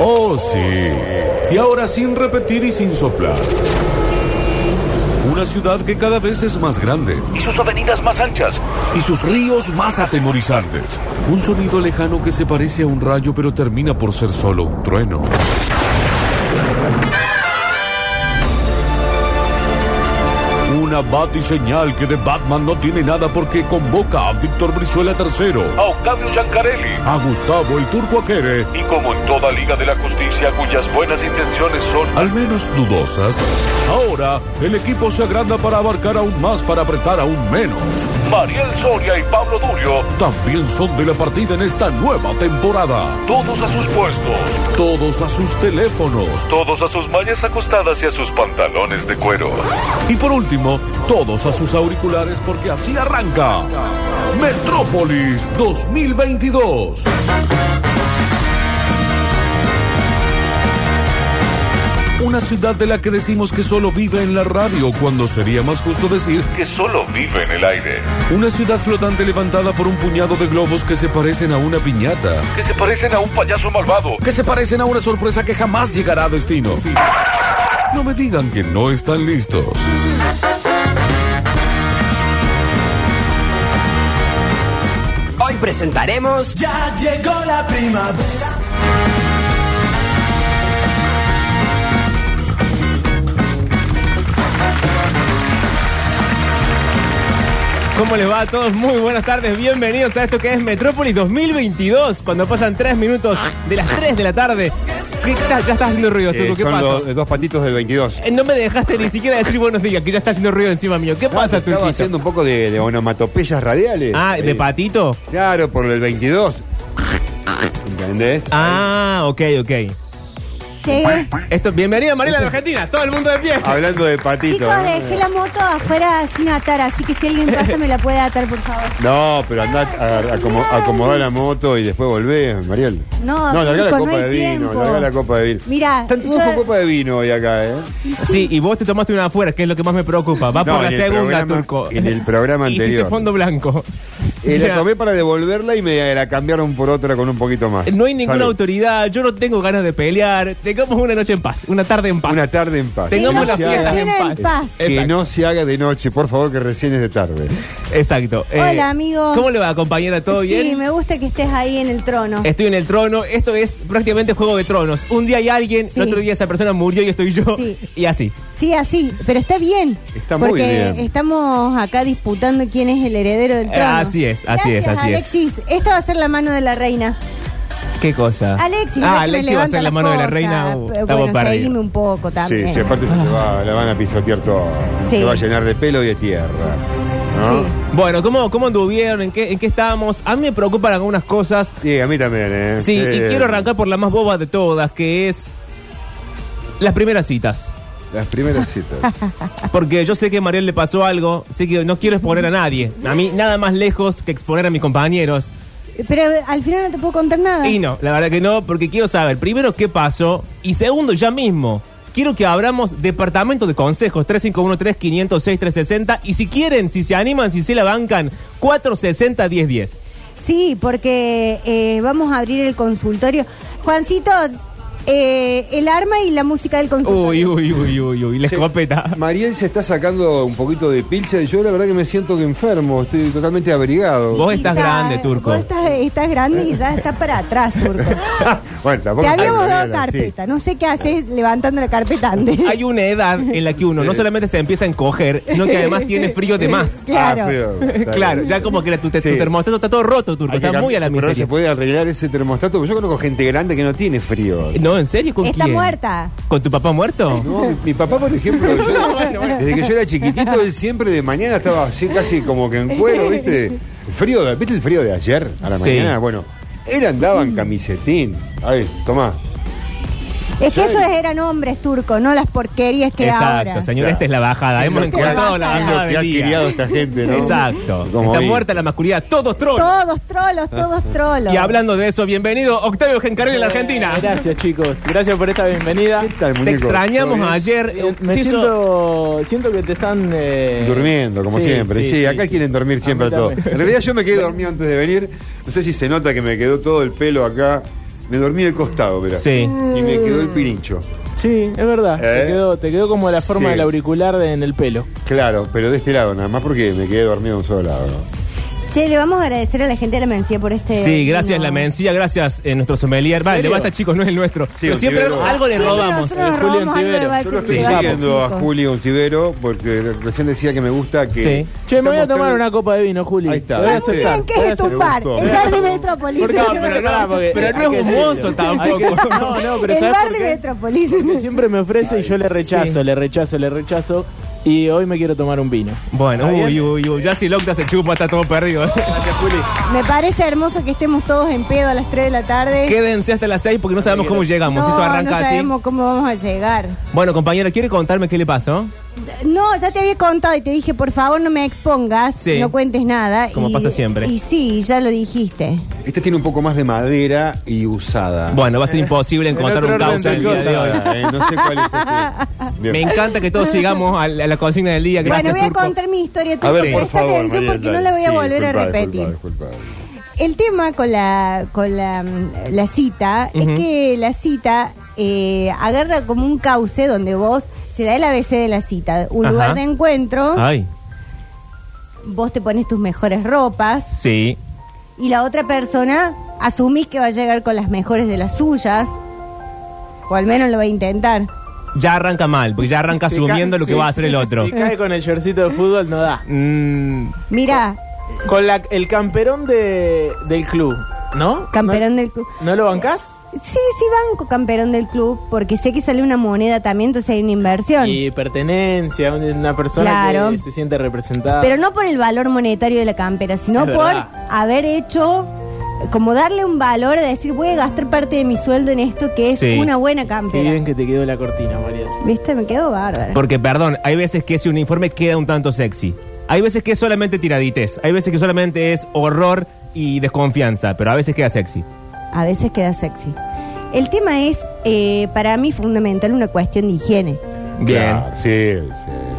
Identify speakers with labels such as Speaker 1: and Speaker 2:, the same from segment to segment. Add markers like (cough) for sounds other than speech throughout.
Speaker 1: Oh, sí. Y ahora sin repetir y sin soplar. Una ciudad que cada vez es más grande.
Speaker 2: Y sus avenidas más anchas.
Speaker 1: Y sus ríos más atemorizantes. Un sonido lejano que se parece a un rayo pero termina por ser solo un trueno. Una bat y señal que de Batman no tiene nada porque convoca a Víctor Brizuela III,
Speaker 2: A Octavio Giancarelli.
Speaker 1: a Gustavo el Turco Aquere,
Speaker 2: Y como en toda Liga de la Justicia cuyas buenas intenciones son
Speaker 1: al menos dudosas. Ahora, el equipo se agranda para abarcar aún más, para apretar aún menos.
Speaker 2: Mariel Soria y Pablo Durio,
Speaker 1: También son de la partida en esta nueva temporada.
Speaker 2: todos a sus puestos,
Speaker 1: Todos a sus teléfonos.
Speaker 2: todos a sus mallas acostadas y a sus pantalones de cuero.
Speaker 1: Y por último, todos a sus auriculares porque así arranca. Metrópolis 2022. Una ciudad de la que decimos que solo vive en la radio, cuando sería más justo decir
Speaker 2: Que solo vive en el aire,
Speaker 1: una ciudad flotante levantada por un puñado de globos que se parecen a una piñata,
Speaker 2: que se parecen a un payaso malvado.
Speaker 1: que se parecen a una sorpresa que jamás llegará a destino. No me digan que no están listos.
Speaker 3: Hoy presentaremos
Speaker 4: Ya llegó la primavera.
Speaker 5: ¿Cómo les va a todos? Muy buenas tardes, bienvenidos a esto que es Metrópolis 2022, cuando pasan 3 minutos de las 3 de la tarde. ¿Qué estás- ya estás haciendo ruido,
Speaker 6: Eh,
Speaker 5: Tuco? ¿Qué
Speaker 6: son
Speaker 5: pasa?
Speaker 6: los- dos patitos del 22.
Speaker 5: Eh, No me dejaste ni siquiera decir buenos días, que ya está haciendo ruido encima mío. ¿Qué pasa,
Speaker 6: Estaba
Speaker 5: Turquito?
Speaker 6: haciendo un poco de, de onomatopeyas radiales.
Speaker 5: Ah, ¿de
Speaker 6: Eh,
Speaker 5: patito?
Speaker 6: Claro, por el 22. ¿Entendés?
Speaker 5: Ah, ok, ok.
Speaker 7: Llegué.
Speaker 5: Esto, bienvenida Mariela de Argentina, todo el mundo de pie.
Speaker 6: Hablando de ¿eh? patito.
Speaker 7: Chicos,
Speaker 6: ¿no?
Speaker 7: dejé la moto afuera sin atar, así que si
Speaker 5: (laughs)
Speaker 7: alguien pasa me la puede atar, por favor.
Speaker 6: No, pero andá a, a acomo- a acomodar la moto y después volvés, Mariel.
Speaker 7: No,
Speaker 6: no largá la
Speaker 7: chicos, no
Speaker 6: copa
Speaker 7: hay
Speaker 6: de vino,
Speaker 7: tiempo.
Speaker 6: largá la copa de vino.
Speaker 7: Mira,
Speaker 6: Están todos
Speaker 7: yo-
Speaker 6: con copa de vino hoy acá, ¿eh?
Speaker 5: Sí, y vos te tomaste una afuera, que es lo que más me preocupa. Va
Speaker 6: No,
Speaker 5: por la
Speaker 6: en el
Speaker 5: segunda,
Speaker 6: programa-
Speaker 5: Turco.
Speaker 6: en el programa
Speaker 5: (laughs) Hiciste
Speaker 6: anterior.
Speaker 5: fondo blanco.
Speaker 6: Eh,
Speaker 5: O sea,
Speaker 6: la tomé para devolverla y me la cambiaron por otra con un poquito más.
Speaker 5: No hay ninguna
Speaker 6: Salud.
Speaker 5: autoridad, yo no tengo ganas de pelear. Tengamos una noche en paz, una tarde en paz.
Speaker 6: Una tarde en paz.
Speaker 5: Tengamos
Speaker 6: Que
Speaker 5: las
Speaker 6: no se
Speaker 5: fiestas
Speaker 6: haga-
Speaker 5: en
Speaker 7: Cena
Speaker 5: paz.
Speaker 7: en paz.
Speaker 6: Que
Speaker 5: Exacto.
Speaker 6: no se haga de noche, por favor, que recién es de tarde.
Speaker 5: Exacto. Eh,
Speaker 7: Hola, amigo.
Speaker 5: ¿Cómo le va, compañera? ¿Todo
Speaker 7: sí,
Speaker 5: bien?
Speaker 7: me gusta que estés ahí en el trono.
Speaker 5: Estoy en el trono. Esto es prácticamente Juego de Tronos. Un día hay alguien,
Speaker 7: Sí.
Speaker 5: el otro día esa persona murió y estoy yo.
Speaker 7: Sí.
Speaker 5: Y así.
Speaker 7: Sí, así, pero está bien.
Speaker 6: Está muy
Speaker 7: porque
Speaker 6: bien.
Speaker 7: estamos acá disputando quién es el heredero del
Speaker 5: Eh,
Speaker 7: trono.
Speaker 5: así es, así es,
Speaker 7: Gracias,
Speaker 5: así es.
Speaker 7: Alexis. Esta va a ser la mano de la reina.
Speaker 5: ¿Qué cosa? Ah,
Speaker 7: Alexis, ves que me
Speaker 5: Alexis va a
Speaker 7: levanta
Speaker 5: ser la
Speaker 7: las
Speaker 5: mano de la
Speaker 7: cosas.
Speaker 5: reina. Uh,
Speaker 7: P-
Speaker 5: estamos
Speaker 7: bueno,
Speaker 5: perdidos.
Speaker 7: seguime un poco también. Ah.
Speaker 6: Sí, sí, aparte se te va, la van a pisotear todo.
Speaker 7: Sí.
Speaker 6: Se va a llenar de pelo y de tierra. ¿no?
Speaker 7: Sí.
Speaker 5: Bueno, ¿cómo, ¿cómo anduvieron? ¿En qué, ¿En qué estábamos? A mí me preocupan algunas cosas.
Speaker 6: Sí, a mí también, ¿eh?
Speaker 5: Sí, y
Speaker 6: Eh,
Speaker 5: quiero arrancar por la más boba de todas, que es las primeras citas.
Speaker 6: Las primeras
Speaker 7: (laughs)
Speaker 6: citas.
Speaker 5: Porque yo sé que a Mariel le pasó algo, sé que no quiero exponer a nadie. A mí nada más lejos que exponer a mis compañeros.
Speaker 7: Pero eh, al final no te puedo contar nada.
Speaker 5: Y no, la verdad que no, porque quiero saber, primero, qué pasó. Y segundo, ya mismo, quiero que abramos departamento de consejos 351-3506-360. Y si quieren, si se animan, si se la bancan, 460-1010.
Speaker 7: Sí, porque eh, vamos a abrir el consultorio. Juancito, eh, el arma y la música del
Speaker 5: Uy,
Speaker 7: consultorio.
Speaker 5: uy, uy, uy, uy, la escopeta.
Speaker 6: Mariel se está sacando un poquito de pilcha y yo la verdad que me siento que enfermo, estoy totalmente abrigado.
Speaker 5: Vos estás
Speaker 7: Quizá,
Speaker 5: grande, Turco.
Speaker 7: Vos estás, estás grande y ya estás para atrás, Turco.
Speaker 6: Bueno, (laughs) tampoco
Speaker 7: Te
Speaker 6: tan
Speaker 7: habíamos dado
Speaker 6: Mariela, sí.
Speaker 7: carpeta. No sé qué haces levantando la carpeta antes.
Speaker 5: Hay una edad en la que uno no solamente se empieza a encoger, sino que además tiene frío
Speaker 7: (laughs)
Speaker 5: de más.
Speaker 7: (laughs) Claro.
Speaker 6: Ah, frío, está
Speaker 5: (laughs) Claro,
Speaker 6: bien.
Speaker 5: ya como que la- tu, te- tu
Speaker 6: Sí.
Speaker 5: termostato está todo roto, Turco,
Speaker 6: Hay que
Speaker 5: está muy a la
Speaker 6: cambiarse, pero no se
Speaker 5: miseria.
Speaker 6: puede arreglar ese termostato, porque yo conozco gente grande que no tiene frío.
Speaker 5: No, ¿en serio? ¿Con
Speaker 7: Está
Speaker 5: quién?
Speaker 7: muerta.
Speaker 5: ¿Con tu papá muerto?
Speaker 6: No, mi, mi papá, por ejemplo, yo- desde que yo era chiquitito, él siempre de mañana estaba así, casi como que en cuero, ¿viste? El frío, de- ¿viste el frío de ayer a la
Speaker 5: Sí.
Speaker 6: mañana? Bueno, él andaba en camisetín. A ver, tomá.
Speaker 7: Es que
Speaker 6: Sí.
Speaker 7: esos eran hombres, Turco, no las porquerías que ahora.
Speaker 5: Exacto, señor, esta es la bajada. Hemos
Speaker 6: Es lo que
Speaker 5: encontrado
Speaker 7: ha-
Speaker 5: la
Speaker 6: es lo
Speaker 5: bajada
Speaker 6: que ha
Speaker 5: del día.
Speaker 6: criado esta gente, ¿no?
Speaker 5: Exacto.
Speaker 6: Como
Speaker 5: está
Speaker 6: hoy.
Speaker 5: muerta la masculinidad, todos trolos.
Speaker 7: Todos trolos, todos trolos.
Speaker 5: Y hablando de eso, bienvenido Octavio Gencarelli en la Argentina.
Speaker 8: Eh, Gracias, chicos. Gracias por esta bienvenida.
Speaker 6: ¿Qué tal,
Speaker 5: Te
Speaker 6: muñeco?
Speaker 5: extrañamos
Speaker 6: ¿Todo bien?
Speaker 5: ayer.
Speaker 8: Eh, Me
Speaker 5: Sí, so-
Speaker 8: siento, siento que te están... eh,
Speaker 6: Durmiendo, como
Speaker 8: sí,
Speaker 6: siempre. Sí, acá
Speaker 8: sí.
Speaker 6: quieren dormir siempre
Speaker 8: A
Speaker 6: a
Speaker 8: mí
Speaker 6: todos.
Speaker 8: también.
Speaker 6: En realidad yo me quedé dormido antes de venir. No sé si se nota que me quedó todo el pelo acá. Me dormí de costado, verá.
Speaker 5: Sí.
Speaker 6: Y me quedó el pirincho.
Speaker 8: Sí, es verdad.
Speaker 6: ¿Eh?
Speaker 8: Te, quedó, te quedó como la forma
Speaker 6: Sí.
Speaker 8: del auricular de- en el pelo.
Speaker 6: Claro, pero de este lado nada más porque me quedé dormido de un solo lado. ¿no?
Speaker 7: Che, le vamos a agradecer a la gente de la Mencía por este.
Speaker 5: Sí, gracias
Speaker 7: no.
Speaker 5: la mencía, gracias eh, nuestro sommelier. Vale,
Speaker 8: serio?
Speaker 5: basta chicos, no es el nuestro. Pero
Speaker 6: un
Speaker 5: siempre
Speaker 6: tibero.
Speaker 5: algo le
Speaker 7: Sí, pero
Speaker 5: robamos.
Speaker 7: nosotros nos
Speaker 8: El Julio
Speaker 7: robamos algo de
Speaker 8: Antivero.
Speaker 7: Val
Speaker 6: Yo
Speaker 7: que
Speaker 6: lo estoy
Speaker 7: privamos,
Speaker 6: siguiendo a
Speaker 7: chicos.
Speaker 6: Julio Untivero porque recién decía que me gusta que.
Speaker 5: Sí.
Speaker 8: Che, me voy a
Speaker 6: Estamos
Speaker 8: tomar
Speaker 6: cada-
Speaker 8: una copa de vino, Juli.
Speaker 6: Ahí está.
Speaker 8: Lo voy a
Speaker 6: Está muy
Speaker 8: aceptar.
Speaker 7: Bien, ¿Qué es
Speaker 8: Lo voy a
Speaker 7: bar?
Speaker 6: gustó.
Speaker 7: El bar de Metrópolis.
Speaker 8: Porque-
Speaker 7: Yo
Speaker 8: no,
Speaker 7: me
Speaker 8: pero
Speaker 7: lo
Speaker 8: pará,
Speaker 7: conozco.
Speaker 8: porque-
Speaker 5: Pero no
Speaker 8: hay
Speaker 5: es
Speaker 8: que
Speaker 5: humoso
Speaker 8: decirlo.
Speaker 5: tampoco.
Speaker 8: Hay
Speaker 6: (laughs)
Speaker 8: que- No, no, pero
Speaker 7: El
Speaker 8: ¿sabes
Speaker 7: bar
Speaker 8: por
Speaker 7: de
Speaker 8: qué?
Speaker 7: Metrópolis.
Speaker 8: (laughs) Porque siempre me ofrece y yo le rechazo, le rechazo, le rechazo. Y hoy me quiero tomar un vino.
Speaker 5: Bueno,
Speaker 8: ¿Está
Speaker 5: uy,
Speaker 8: bien?
Speaker 5: uy, uy, ya si Locta se chupa, está todo perdido.
Speaker 7: Me parece hermoso que estemos todos en pedo a las 3 de la tarde.
Speaker 5: Quédense hasta las 6 porque no sabemos cómo llegamos.
Speaker 7: no,
Speaker 5: Esto arranca
Speaker 7: no
Speaker 5: así.
Speaker 7: sabemos cómo vamos a llegar.
Speaker 5: Bueno, compañero, ¿quiere contarme qué le pasó?
Speaker 7: No, ya te había contado y te dije, por favor, no me expongas,
Speaker 5: Sí.
Speaker 7: no cuentes nada.
Speaker 5: Como
Speaker 7: Y-
Speaker 5: pasa siempre.
Speaker 7: Y sí, ya lo dijiste.
Speaker 6: Esta Este tiene un poco más de madera y usada.
Speaker 5: Bueno, va a ser
Speaker 6: (laughs)
Speaker 5: imposible
Speaker 8: en
Speaker 5: encontrar
Speaker 8: otro
Speaker 5: un
Speaker 8: orden
Speaker 5: causa
Speaker 8: de
Speaker 5: el día de hoy.
Speaker 8: cosas.
Speaker 6: Eh, no sé cuál es este. Bien.
Speaker 5: Me encanta que todos sigamos a la, a la consigna del día. Gracias,
Speaker 7: bueno, voy
Speaker 5: Turco.
Speaker 7: a contar mi historia.
Speaker 6: A
Speaker 7: tuya.
Speaker 6: ver,
Speaker 5: Sí.
Speaker 6: por
Speaker 7: Presta
Speaker 6: favor,
Speaker 7: atención
Speaker 6: María,
Speaker 7: porque
Speaker 6: dale.
Speaker 7: no la voy a
Speaker 6: Sí,
Speaker 7: volver a
Speaker 6: disculpa,
Speaker 7: repetir.
Speaker 6: disculpa, disculpa.
Speaker 7: El tema con la, con la, mm, la cita
Speaker 5: Ujú.
Speaker 7: es que la cita eh, agarra como un cauce donde vos se da el ABC de la cita, un
Speaker 5: Ajá.
Speaker 7: lugar de encuentro,
Speaker 5: Ay,
Speaker 7: vos te pones tus mejores ropas
Speaker 5: sí.
Speaker 7: y la otra persona asumís que va a llegar con las mejores de las suyas, o al menos lo va a intentar.
Speaker 5: Ya arranca mal, porque ya arranca
Speaker 8: Si
Speaker 5: asumiendo
Speaker 8: ca-
Speaker 5: lo que
Speaker 8: si-
Speaker 5: va a hacer el otro.
Speaker 8: Si cae con el shortcito de fútbol, no da.
Speaker 5: Mm,
Speaker 7: Mira,
Speaker 8: Con la- el camperón de, del club, ¿no?
Speaker 7: camperón
Speaker 8: ¿No,
Speaker 7: del club.
Speaker 8: ¿No lo bancás?
Speaker 7: Sí, sí, banco camperón del club, porque sé que sale una moneda también, entonces hay una inversión.
Speaker 8: Y pertenencia, un- una persona
Speaker 7: Claro.
Speaker 8: que se siente representada.
Speaker 7: Pero no por el valor monetario de la campera, sino
Speaker 8: Es
Speaker 7: por
Speaker 8: verdad.
Speaker 7: haber hecho, como darle un valor de decir, voy a gastar parte de mi sueldo en esto que es
Speaker 5: Sí.
Speaker 7: una buena
Speaker 8: Qué
Speaker 7: campera.
Speaker 8: bien que te quedó la cortina, María.
Speaker 7: ¿Viste? Me quedo bárbaro.
Speaker 5: porque, perdón, hay veces que ese uniforme queda un tanto sexy. Hay veces que es solamente tiradites. Hay veces que solamente es horror y desconfianza. Pero a veces queda sexy.
Speaker 7: A veces queda sexy. El tema es, eh, para mí, fundamental una cuestión de higiene.
Speaker 5: Bien.
Speaker 6: Claro, sí, sí.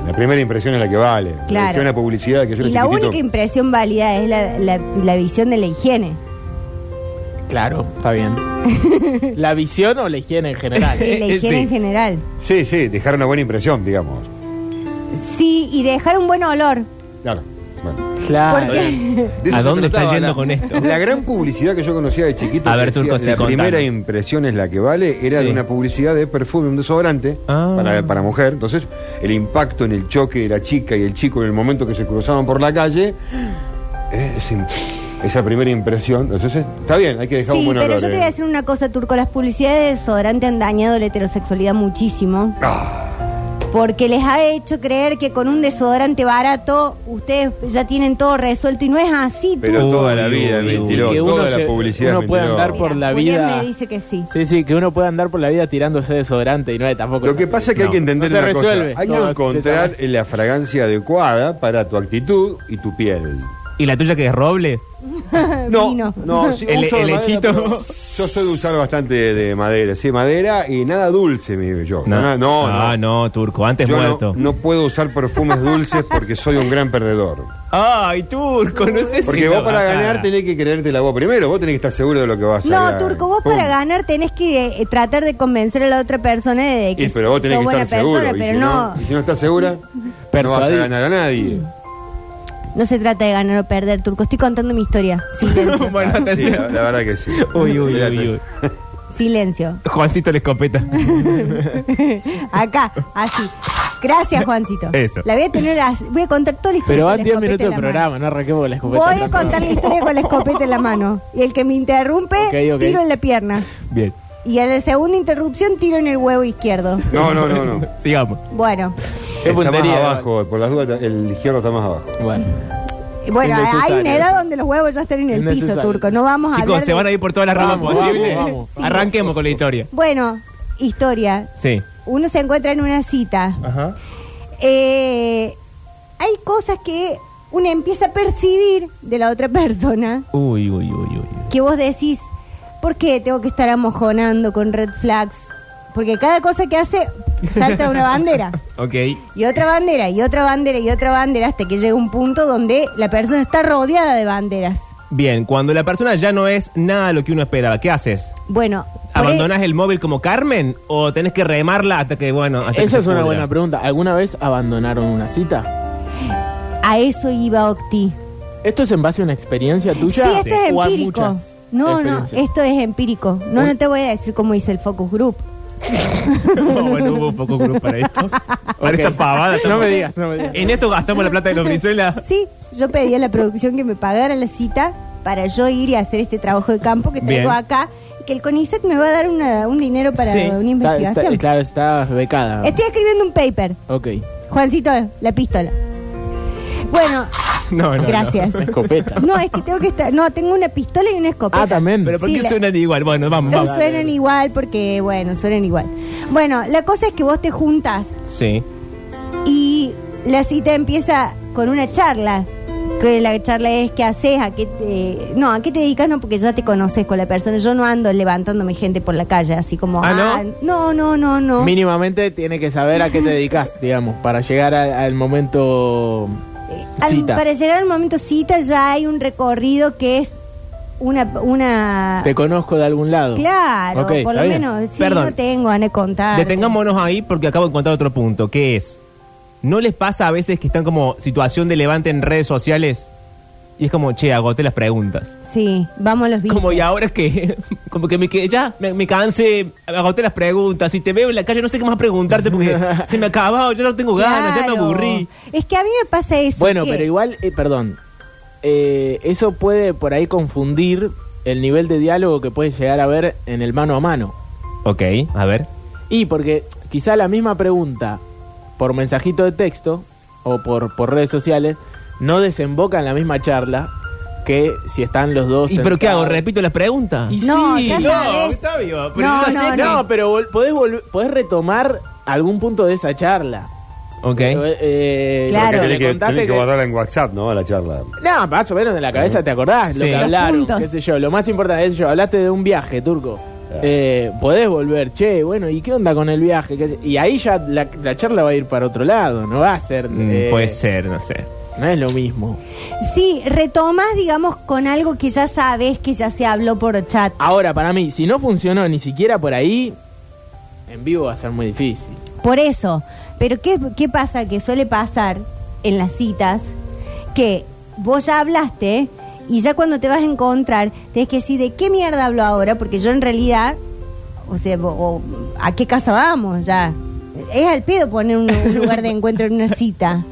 Speaker 6: La primera impresión es la que vale.
Speaker 7: Claro.
Speaker 6: La una publicidad que yo
Speaker 7: Y
Speaker 6: era
Speaker 7: la
Speaker 6: chiquitito.
Speaker 7: única impresión válida es la, la- la visión de la higiene.
Speaker 8: Claro,
Speaker 7: (laughs)
Speaker 8: está bien. ¿La visión o la higiene en general?
Speaker 7: Y la
Speaker 5: Eh, eh,
Speaker 7: higiene
Speaker 5: sí.
Speaker 7: en general.
Speaker 6: Sí, sí, dejar una buena impresión, digamos.
Speaker 7: Sí, y dejar un buen olor.
Speaker 6: Claro. Bueno.
Speaker 8: Claro.
Speaker 6: De eso
Speaker 5: ¿A
Speaker 6: se
Speaker 5: dónde está
Speaker 6: trataba
Speaker 5: yendo
Speaker 6: la-
Speaker 5: con esto?
Speaker 6: La gran publicidad que yo conocía de chiquito,
Speaker 5: A
Speaker 6: que
Speaker 5: ver,
Speaker 6: decía,
Speaker 5: Turco, sí,
Speaker 6: la
Speaker 5: contanos.
Speaker 6: primera impresión es la que vale, era
Speaker 5: Sí.
Speaker 6: de una publicidad de perfume, un desodorante
Speaker 5: Ah.
Speaker 6: para, para mujer. Entonces, el impacto en el choque de la chica y el chico en el momento que se cruzaban por la calle, eh, es im- esa primera impresión. Entonces, está bien, hay que dejar un
Speaker 7: Sí,
Speaker 6: buen
Speaker 7: pero
Speaker 6: olor,
Speaker 7: yo te
Speaker 6: eh.
Speaker 7: voy a decir una cosa, Turco. Las publicidades de desodorante han dañado la heterosexualidad muchísimo.
Speaker 6: Ah.
Speaker 7: Porque les ha hecho creer que con un desodorante barato ustedes ya tienen todo resuelto y no es así,
Speaker 6: Pero
Speaker 5: Uy,
Speaker 7: Turco.
Speaker 6: toda la vida,
Speaker 5: uy, uy.
Speaker 6: mentiroso,
Speaker 8: Y que uno
Speaker 6: toda
Speaker 8: se-
Speaker 6: la publicidad
Speaker 8: uno puede
Speaker 6: mentirosa.
Speaker 8: andar por la
Speaker 7: Julián
Speaker 8: vida.
Speaker 7: me dice que sí.
Speaker 8: Sí, sí, que uno puede andar por la vida tirándose desodorante y no es tampoco.
Speaker 6: Lo
Speaker 8: es
Speaker 6: que
Speaker 8: así.
Speaker 6: pasa es que hay que entender
Speaker 8: No se
Speaker 6: una
Speaker 8: resuelve.
Speaker 6: cosa. Hay
Speaker 8: No,
Speaker 6: que
Speaker 8: se
Speaker 6: encontrar
Speaker 8: sabe.
Speaker 6: la fragancia adecuada para tu actitud y tu piel.
Speaker 5: ¿Y la tuya que es roble?
Speaker 8: Ah,
Speaker 7: Vino.
Speaker 6: no, sí,
Speaker 5: El-
Speaker 6: uso de
Speaker 5: el
Speaker 6: madera,
Speaker 5: lechito.
Speaker 6: pero Yo soy de usar bastante de, de madera, sí, madera y nada dulce, mi bello. No, no, no.
Speaker 5: Ah, no, turco, antes
Speaker 6: Yo no-
Speaker 5: muerto.
Speaker 6: no puedo usar perfumes dulces porque soy un gran perdedor.
Speaker 5: Ay, turco, no sé si.
Speaker 6: Porque vos
Speaker 5: no, Ah,
Speaker 6: para
Speaker 5: acá.
Speaker 6: ganar tenés que creerte la voz primero, vos tenés que estar seguro de lo que vas a
Speaker 7: No,
Speaker 6: ganar.
Speaker 7: Turco, vos
Speaker 6: Pum.
Speaker 7: para ganar tenés que eh, tratar de convencer a la otra persona de que
Speaker 6: Y, pero vos tenés
Speaker 7: sos
Speaker 6: que
Speaker 7: buena
Speaker 6: estar seguro.
Speaker 7: persona,
Speaker 6: y
Speaker 7: pero
Speaker 6: si
Speaker 7: no,
Speaker 6: y si no estás segura, no vas a
Speaker 8: Persuadir.
Speaker 6: ganar a nadie.
Speaker 7: no se trata de ganar o perder, Turco. Estoy contando mi historia.
Speaker 6: (laughs)
Speaker 7: Silencio.
Speaker 5: bueno,
Speaker 6: Ah, Sí, la,
Speaker 5: atención.
Speaker 6: la verdad que sí.
Speaker 5: Uy, uy, uy, uy.
Speaker 7: Silencio.
Speaker 5: Juancito la escopeta.
Speaker 7: Acá, así. Gracias, Juancito.
Speaker 5: Eso.
Speaker 7: La voy a tener así. Voy a contar toda la historia.
Speaker 8: Pero
Speaker 7: con
Speaker 8: van
Speaker 7: la
Speaker 8: 10
Speaker 7: escopeta
Speaker 8: minutos
Speaker 7: en
Speaker 8: de
Speaker 7: la
Speaker 8: programa, no arranquemos con la
Speaker 7: mano.
Speaker 8: escopeta.
Speaker 7: Voy a contar la historia con la escopeta en la mano. Y el que me interrumpe,
Speaker 8: Ok, ok.
Speaker 7: tiro en la pierna.
Speaker 5: Bien,
Speaker 7: Y en la segunda interrupción, tiro en el huevo izquierdo.
Speaker 6: No, no, no, no.
Speaker 5: sigamos.
Speaker 7: Bueno,
Speaker 8: Qué
Speaker 6: Está más
Speaker 8: puntería,
Speaker 6: abajo, por las dudas, el izquierdo está más abajo.
Speaker 8: Bueno,
Speaker 7: bueno hay
Speaker 8: Innecesario.
Speaker 7: una edad donde los huevos ya están en el piso,
Speaker 8: Innecesario.
Speaker 7: Turco. No vamos a
Speaker 5: Chicos,
Speaker 7: hablar
Speaker 5: se
Speaker 7: de-
Speaker 5: van a ir por todas las ramas
Speaker 8: Vamos, vamos,
Speaker 5: posibles.
Speaker 8: vamos. Sí.
Speaker 5: Arranquemos con la historia.
Speaker 7: Bueno, historia.
Speaker 5: Sí.
Speaker 7: Uno se encuentra en una cita.
Speaker 5: Ajá.
Speaker 7: Eh, hay cosas que uno empieza a percibir de la otra persona.
Speaker 5: Uy, uy, uy, uy.
Speaker 7: que vos decís, ¿por qué tengo que estar amojonando con red flags? Porque cada cosa que hace salta una bandera.
Speaker 5: Ok.
Speaker 7: Y otra bandera, y otra bandera, y otra bandera, hasta que llega un punto donde la persona está rodeada de banderas.
Speaker 5: Bien, cuando la persona ya no es nada lo que uno esperaba, ¿qué haces?
Speaker 7: Bueno, por e-
Speaker 5: ¿Abandonás el móvil como Carmen o tenés que remarla hasta que, bueno, hasta que
Speaker 8: Esa
Speaker 5: se
Speaker 8: es una
Speaker 5: pudra? (laughs)
Speaker 8: buena pregunta. ¿Alguna vez abandonaron una cita?
Speaker 7: e- a eso iba Octi.
Speaker 8: ¿Esto es en base a una experiencia tuya?
Speaker 7: sí, esto es
Speaker 8: ¿O a
Speaker 7: empírico.
Speaker 8: muchas
Speaker 7: No, no,
Speaker 8: experiencias?
Speaker 7: esto es empírico. No, no te voy a decir cómo hice el focus group.
Speaker 5: bueno, hubo un poco cruz para
Speaker 8: (laughs)
Speaker 5: esto. Para
Speaker 8: Ok.
Speaker 5: esta pavada.
Speaker 8: No
Speaker 5: estamos-
Speaker 8: me digas, no me digas.
Speaker 5: En esto gastamos la plata
Speaker 8: (laughs)
Speaker 5: de los Brizuela.
Speaker 7: Sí, yo pedí a la producción que me pagara la cita para yo ir y hacer este trabajo de campo que
Speaker 5: Bien.
Speaker 7: tengo acá, que el CONICET me va a dar una- un dinero para
Speaker 5: Sí,
Speaker 7: una
Speaker 8: Está- está-
Speaker 7: investigación.
Speaker 8: claro, estás becada.
Speaker 7: Estoy escribiendo un paper.
Speaker 8: Ok.
Speaker 7: Juancito, la pistola. Bueno,
Speaker 5: No, no.
Speaker 7: gracias.
Speaker 8: Una escopeta.
Speaker 7: No, es que tengo que estar. No, tengo una pistola y una escopeta.
Speaker 8: Ah, también.
Speaker 5: No. Pero ¿por
Speaker 7: Sí,
Speaker 5: qué
Speaker 7: la-
Speaker 5: suenan igual? Bueno, vamos,
Speaker 7: Eh,
Speaker 5: vamos.
Speaker 7: Suenan igual porque, bueno, suenan igual. Bueno, la cosa es que vos te juntas
Speaker 5: Sí.
Speaker 7: y la cita empieza con una charla. Que la charla es qué haces, a qué te. No, a qué te dedicas, no, porque ya te conoces con la persona. Yo no ando levantándome gente por la calle, así como.
Speaker 5: Ah, ¿no?
Speaker 7: no, no, no, no.
Speaker 8: Mínimamente tiene que saber a qué
Speaker 7: (laughs)
Speaker 8: te dedicas, digamos, para llegar al, al momento
Speaker 7: Eh, Al-
Speaker 8: cita.
Speaker 7: para llegar al momento cita, ya hay un recorrido que es una. una
Speaker 8: Te conozco de algún lado.
Speaker 7: Claro,
Speaker 8: Ok,
Speaker 7: por
Speaker 8: está
Speaker 7: lo
Speaker 8: bien.
Speaker 7: menos. Sí,
Speaker 5: Perdón.
Speaker 7: no tengo, Ana, contar.
Speaker 5: Detengámonos ahí porque acabo de encontrar otro punto, que es, ¿no les pasa a veces que están como situación de levante en redes sociales? Y es como, che, agoté las preguntas.
Speaker 7: Sí, vamos a los bifes.
Speaker 5: Como, ¿y ahora que (laughs) Como que me quedé, ya, me, me cansé, agoté las preguntas. Si te veo en la calle no sé qué más preguntarte porque se me ha acabado, yo no tengo ganas, ya me
Speaker 7: Claro.
Speaker 5: aburrí.
Speaker 7: Es que a mí me pasa eso.
Speaker 8: Bueno,
Speaker 7: que-
Speaker 8: pero igual, eh, perdón, eh, eso puede por ahí confundir el nivel de diálogo que puede llegar a ver en el mano a mano.
Speaker 5: Ok, a ver.
Speaker 8: Y porque quizá la misma pregunta por mensajito de texto o por, por redes sociales no desemboca en la misma charla que si están los dos.
Speaker 5: ¿Y pero qué hago?
Speaker 8: sentados.
Speaker 5: ¿Repito las preguntas?
Speaker 8: Y
Speaker 7: No,
Speaker 8: sí,
Speaker 7: ya
Speaker 8: no,
Speaker 7: sabes.
Speaker 5: Octavio,
Speaker 7: No,
Speaker 5: yo ya sé
Speaker 7: no,
Speaker 5: que-
Speaker 8: No, pero vol- podés, volv- podés retomar algún punto de esa charla.
Speaker 5: Ok.
Speaker 8: Eh, eh,
Speaker 7: Claro.
Speaker 8: lo que
Speaker 6: Tenés
Speaker 8: le
Speaker 6: que,
Speaker 8: contaste
Speaker 6: tenés que
Speaker 8: que-
Speaker 6: guardarla en WhatsApp, ¿no? A la charla.
Speaker 8: No, más o menos de la cabeza te acordás lo
Speaker 5: Sí.
Speaker 8: que
Speaker 5: Los
Speaker 8: hablaron,
Speaker 7: puntos.
Speaker 8: qué sé yo. Lo más importante es yo, hablaste de un viaje, turco.
Speaker 6: Claro.
Speaker 8: Eh, podés volver, che, bueno, ¿y qué onda con el viaje? ¿Qué sé- Y ahí ya la, la charla va a ir para otro lado, no va a ser...
Speaker 5: Mm,
Speaker 8: eh,
Speaker 5: puede ser, no sé.
Speaker 8: No es lo mismo.
Speaker 7: Sí, retomas, digamos, con algo que ya sabes que ya se habló por chat.
Speaker 8: Ahora, para mí, si no funcionó ni siquiera por ahí, en vivo va a ser muy difícil.
Speaker 7: Por eso. Pero ¿qué, qué pasa? Que suele pasar en las citas que vos ya hablaste y ya cuando te vas a encontrar tenés que decir de qué mierda hablo ahora, porque yo en realidad, o sea, vo- o, ¿a qué casa vamos ya? Es al pedo poner un, un lugar de encuentro en una cita.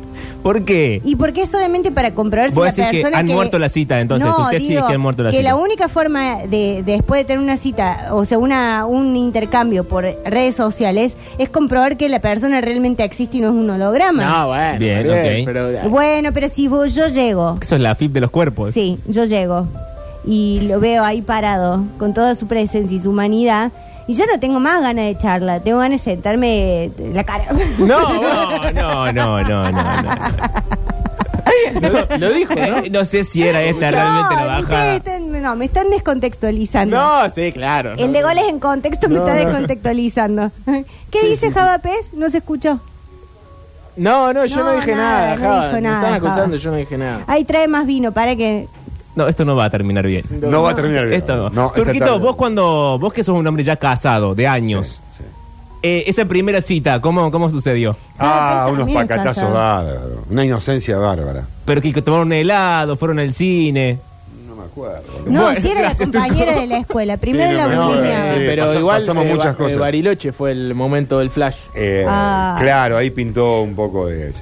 Speaker 5: ¿Por qué?
Speaker 7: ¿Y por qué solamente para comprobar si
Speaker 5: Vos
Speaker 7: la
Speaker 5: decís
Speaker 7: persona
Speaker 5: que han muerto la cita, entonces,
Speaker 7: No,
Speaker 5: tu tesis
Speaker 7: digo
Speaker 5: es que han muerto la
Speaker 7: que
Speaker 5: cita.
Speaker 7: la única forma de, después de tener una cita, o sea, una, un intercambio por redes sociales, es comprobar que la persona realmente existe y no es un holograma.
Speaker 8: No, bueno.
Speaker 5: Bien,
Speaker 8: Gabriel,
Speaker 5: ok.
Speaker 8: pero-
Speaker 7: Bueno, pero si vos, yo llego,
Speaker 5: Eso es la FIP de los cuerpos.
Speaker 7: sí, yo llego, y lo veo ahí parado, con toda su presencia y su humanidad, y yo no tengo más ganas de charla, tengo ganas de sentarme en la cara.
Speaker 5: No, no, no, no, no, no. no.
Speaker 8: Lo, lo dijo,
Speaker 7: (laughs)
Speaker 8: ¿no?
Speaker 5: Eh, No sé si era esta
Speaker 7: No,
Speaker 5: realmente la
Speaker 7: me
Speaker 5: bajada.
Speaker 7: están- no, me están descontextualizando.
Speaker 8: No, sí, claro.
Speaker 7: Ah, El
Speaker 8: Ah, no.
Speaker 7: de goles en contexto me
Speaker 8: No,
Speaker 7: está
Speaker 8: no.
Speaker 7: descontextualizando. ¿Qué
Speaker 8: Sí,
Speaker 7: dice
Speaker 8: sí, sí.
Speaker 7: Java Pez? No se escuchó.
Speaker 8: No, no, yo no,
Speaker 7: No,
Speaker 8: dije
Speaker 7: nada,
Speaker 8: nada,
Speaker 7: no
Speaker 8: Java.
Speaker 7: dijo
Speaker 8: Me
Speaker 7: nada,
Speaker 8: están
Speaker 7: Java.
Speaker 8: acusando, yo no dije nada.
Speaker 7: Ahí trae más vino para que.
Speaker 5: No, esto no va a terminar bien.
Speaker 6: No, va a terminar bien.
Speaker 5: Esto no.
Speaker 6: esta
Speaker 5: Turquito,
Speaker 6: tarde-
Speaker 5: vos cuando vos que sos un hombre ya casado de años,
Speaker 6: Sí.
Speaker 5: eh, esa primera cita, ¿cómo, cómo sucedió?
Speaker 7: Ah,
Speaker 6: Ah,
Speaker 7: esa
Speaker 6: unos
Speaker 7: también es
Speaker 6: pacatazos
Speaker 7: pasada.
Speaker 6: bárbaros. Una inocencia bárbara.
Speaker 5: Pero que tomaron un helado, fueron al cine.
Speaker 6: No me acuerdo.
Speaker 7: No,
Speaker 5: Bueno,
Speaker 7: si era la
Speaker 5: gracias,
Speaker 7: compañera de la escuela.
Speaker 6: Sí,
Speaker 7: Primero
Speaker 6: no
Speaker 7: la
Speaker 6: me
Speaker 8: No,
Speaker 6: acuerdo.
Speaker 7: bulineaba.
Speaker 8: eh,
Speaker 6: Sí,
Speaker 8: pero
Speaker 6: pasa-
Speaker 8: igual
Speaker 6: pasamos
Speaker 8: eh,
Speaker 6: muchas
Speaker 8: Ba- eh,
Speaker 6: cosas.
Speaker 8: Bariloche fue el momento del flash.
Speaker 6: Eh,
Speaker 7: Ah.
Speaker 6: Claro, ahí pintó un poco de... sí.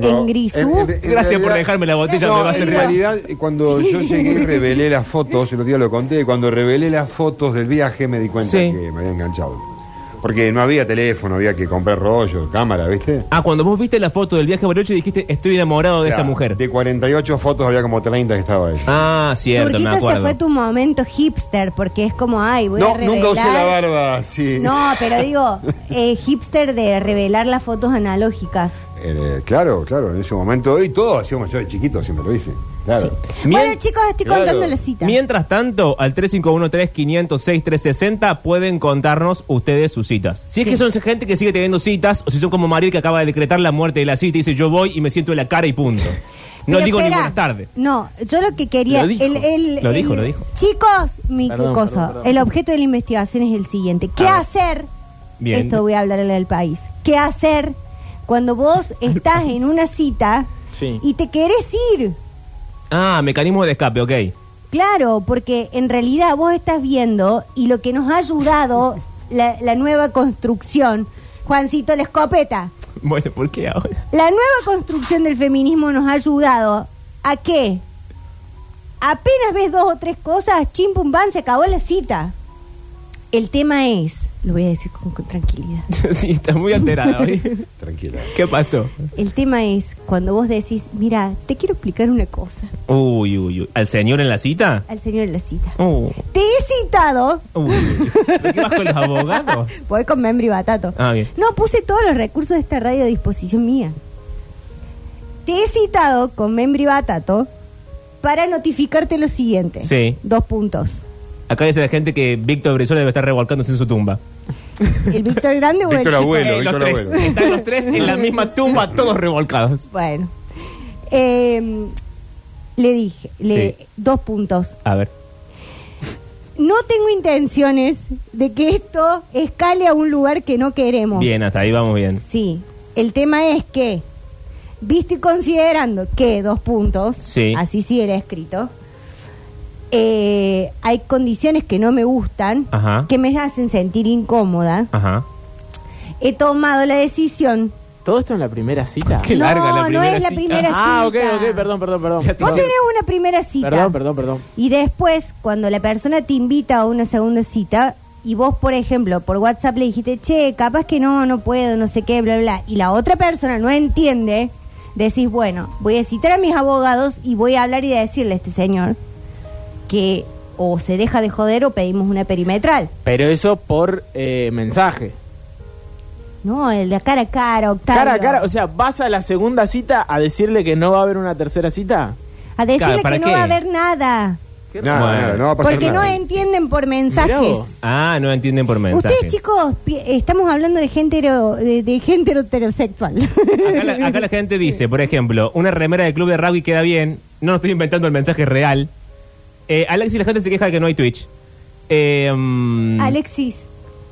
Speaker 7: ¿En grisú?
Speaker 5: Gracias por dejarme la botella donde
Speaker 6: No,
Speaker 5: va a
Speaker 6: en
Speaker 5: ser
Speaker 6: realidad, eh, cuando yo llegué y revelé las fotos, el otro día lo conté, cuando revelé las fotos del viaje me di cuenta
Speaker 5: Sí.
Speaker 6: que me había enganchado. Porque no había teléfono, había que comprar rollo, cámara, ¿viste?
Speaker 5: Ah, cuando vos viste la foto del viaje a Bariloche dijiste, estoy enamorado de
Speaker 6: O sea,
Speaker 5: esta mujer.
Speaker 6: De 48 fotos había como 30 que estaba ahí.
Speaker 5: Ah, cierto, me
Speaker 7: Turquito, ese
Speaker 5: acuerdo.
Speaker 7: fue tu momento hipster, porque es como, ay, voy a
Speaker 6: No,
Speaker 7: revelar.
Speaker 6: nunca usé la barba, sí.
Speaker 7: No, pero digo, eh, hipster de revelar las fotos analógicas.
Speaker 6: Eh, claro, claro, en ese momento. Y todos hacíamos yo de chiquito, siempre lo hice. Claro.
Speaker 7: Bueno,
Speaker 5: Mien-
Speaker 7: chicos, estoy
Speaker 6: Claro.
Speaker 7: contando la cita.
Speaker 5: Mientras tanto, al 351-3506-360 pueden contarnos ustedes sus citas. Si es que son gente que sigue teniendo citas, o si son como Mariel que acaba de decretar la muerte de la cita y dice yo voy y me siento en la cara y
Speaker 7: (laughs)
Speaker 5: punto. No
Speaker 7: Pero
Speaker 5: digo ni
Speaker 7: espera,
Speaker 5: buenas tardes.
Speaker 7: No, yo lo que quería.
Speaker 5: Lo dijo.
Speaker 7: el- el-
Speaker 5: Lo dijo,
Speaker 7: el-
Speaker 5: lo dijo.
Speaker 7: Chicos, mi
Speaker 8: Perdón,
Speaker 7: cosa.
Speaker 8: perdón, perdón.
Speaker 7: El objeto de la investigación es el siguiente: ¿qué
Speaker 5: A ver.
Speaker 7: hacer?
Speaker 5: Bien.
Speaker 7: Esto voy a hablarle al país. ¿Qué hacer cuando vos estás en una cita
Speaker 8: Sí.
Speaker 7: y te querés ir?
Speaker 5: Ah, mecanismo de escape, ok.
Speaker 7: Claro, porque en realidad vos estás viendo y lo que nos ha ayudado la, la nueva construcción, Juancito la escopeta,
Speaker 5: Bueno, ¿por qué ahora? (laughs)
Speaker 7: la nueva construcción del feminismo nos ha ayudado a que apenas ves dos o tres cosas, chim pum bam, se acabó la cita. El tema es, lo voy a decir con- con tranquilidad.
Speaker 5: sí, está muy alterado.
Speaker 7: (laughs)
Speaker 6: Tranquila.
Speaker 5: ¿Qué pasó?
Speaker 7: El tema es cuando vos decís, mira, te quiero explicar una cosa
Speaker 5: Uy, uy, uy. ¿Al señor en la cita?
Speaker 7: al señor de la cita.
Speaker 5: Uh,
Speaker 7: Te he citado
Speaker 5: uy, uy. ¿Pero qué vas con los abogados?
Speaker 7: (laughs) Voy con Membri Batato.
Speaker 5: Ah, bien.
Speaker 7: No, puse todos los recursos de esta radio a disposición mía. Te he citado con Membri Batato para notificarte lo siguiente.
Speaker 5: Sí.
Speaker 7: Dos puntos.
Speaker 5: Acá dice la gente que Víctor Brizuela debe estar revolcándose en su tumba.
Speaker 7: El Víctor
Speaker 5: (laughs)
Speaker 7: Grande o el
Speaker 6: Víctor
Speaker 7: chico-
Speaker 6: Abuelo,
Speaker 5: Eh, los
Speaker 6: Víctor
Speaker 5: tres.
Speaker 6: Abuelo.
Speaker 5: Están los tres en la misma tumba, todos revolcados.
Speaker 7: Bueno. Eh, le dije, le,
Speaker 5: Sí.
Speaker 7: dos puntos.
Speaker 5: A ver.
Speaker 7: No tengo intenciones de que esto escale a un lugar que no queremos.
Speaker 5: Bien, hasta ahí vamos bien.
Speaker 7: Sí, el tema es que, visto y considerando que dos puntos,
Speaker 5: Sí.
Speaker 7: así sí era escrito, eh, hay condiciones que no me gustan,
Speaker 5: Ajá.
Speaker 7: que me hacen sentir incómoda,
Speaker 5: Ajá.
Speaker 7: he tomado la decisión.
Speaker 8: ¿Todo esto en la primera cita?
Speaker 5: Qué
Speaker 7: no,
Speaker 5: larga la
Speaker 7: no
Speaker 5: primera
Speaker 7: es la
Speaker 5: cita.
Speaker 7: primera cita.
Speaker 8: Ah, ok, ok, perdón, perdón, perdón.
Speaker 5: Ya te
Speaker 7: Vos
Speaker 5: Sí.
Speaker 7: tenés una primera cita.
Speaker 8: Perdón, perdón, perdón.
Speaker 7: Y después, cuando la persona te invita a una segunda cita, y vos, por ejemplo, por WhatsApp le dijiste, che, capaz que no, no puedo, no sé qué, bla, bla, y la otra persona no entiende, decís, bueno, voy a citar a mis abogados y voy a hablar y a decirle a este señor que o se deja de joder o pedimos una perimetral.
Speaker 8: Pero eso por eh, mensaje.
Speaker 7: No, el de cara a cara, Octavio.
Speaker 8: Cara a cara, o sea, ¿vas a la segunda cita a decirle que no va a haber una tercera cita?
Speaker 7: A decirle
Speaker 5: Claro, ¿para
Speaker 7: que no
Speaker 5: qué?
Speaker 7: va a haber nada.
Speaker 6: Nada,
Speaker 5: Bueno.
Speaker 6: nada, no va a pasar
Speaker 7: Porque no
Speaker 6: nada.
Speaker 7: entienden por
Speaker 8: Mirá
Speaker 7: mensajes.
Speaker 8: vos.
Speaker 5: Ah, no entienden por mensaje.
Speaker 7: Ustedes, chicos, pi- estamos hablando de gente, hero- de, de gente heterosexual.
Speaker 5: Acá la, acá la gente dice, por ejemplo, una remera del club de rugby queda bien. No, no estoy inventando el mensaje real. Eh, Alexis, la gente se queja de que no hay Twitch. Eh, (laughs) mm,
Speaker 7: Alexis.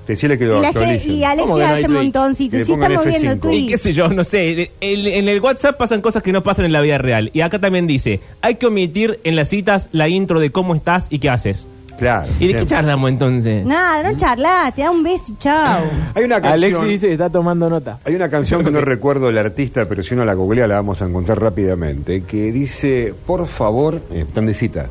Speaker 6: Decirle que
Speaker 7: Y,
Speaker 6: lo
Speaker 7: la gente-
Speaker 6: actualicen.
Speaker 7: y Alexis
Speaker 8: ¿Cómo que no hay
Speaker 7: hace
Speaker 8: Twitch?
Speaker 7: montoncito.
Speaker 6: Que
Speaker 7: Y
Speaker 6: le
Speaker 7: sí
Speaker 6: pongan
Speaker 7: estamos viendo
Speaker 6: F5.
Speaker 5: Y
Speaker 7: Twitch.
Speaker 5: qué sé yo, no sé. En, en el WhatsApp pasan cosas que no pasan en la vida real. Y acá también dice, hay que omitir en las citas la intro de cómo estás y qué haces.
Speaker 6: Claro.
Speaker 5: ¿Y de qué
Speaker 6: siempre.
Speaker 5: charlamos entonces?
Speaker 7: Nada, no charla, te da un beso y
Speaker 5: (laughs)
Speaker 7: chao.
Speaker 6: Hay una canción.
Speaker 8: Alexis dice que está tomando nota.
Speaker 6: Hay una canción que no recuerdo el artista, pero si uno la googlea la vamos a encontrar rápidamente, que dice, por favor, eh, plan de cita,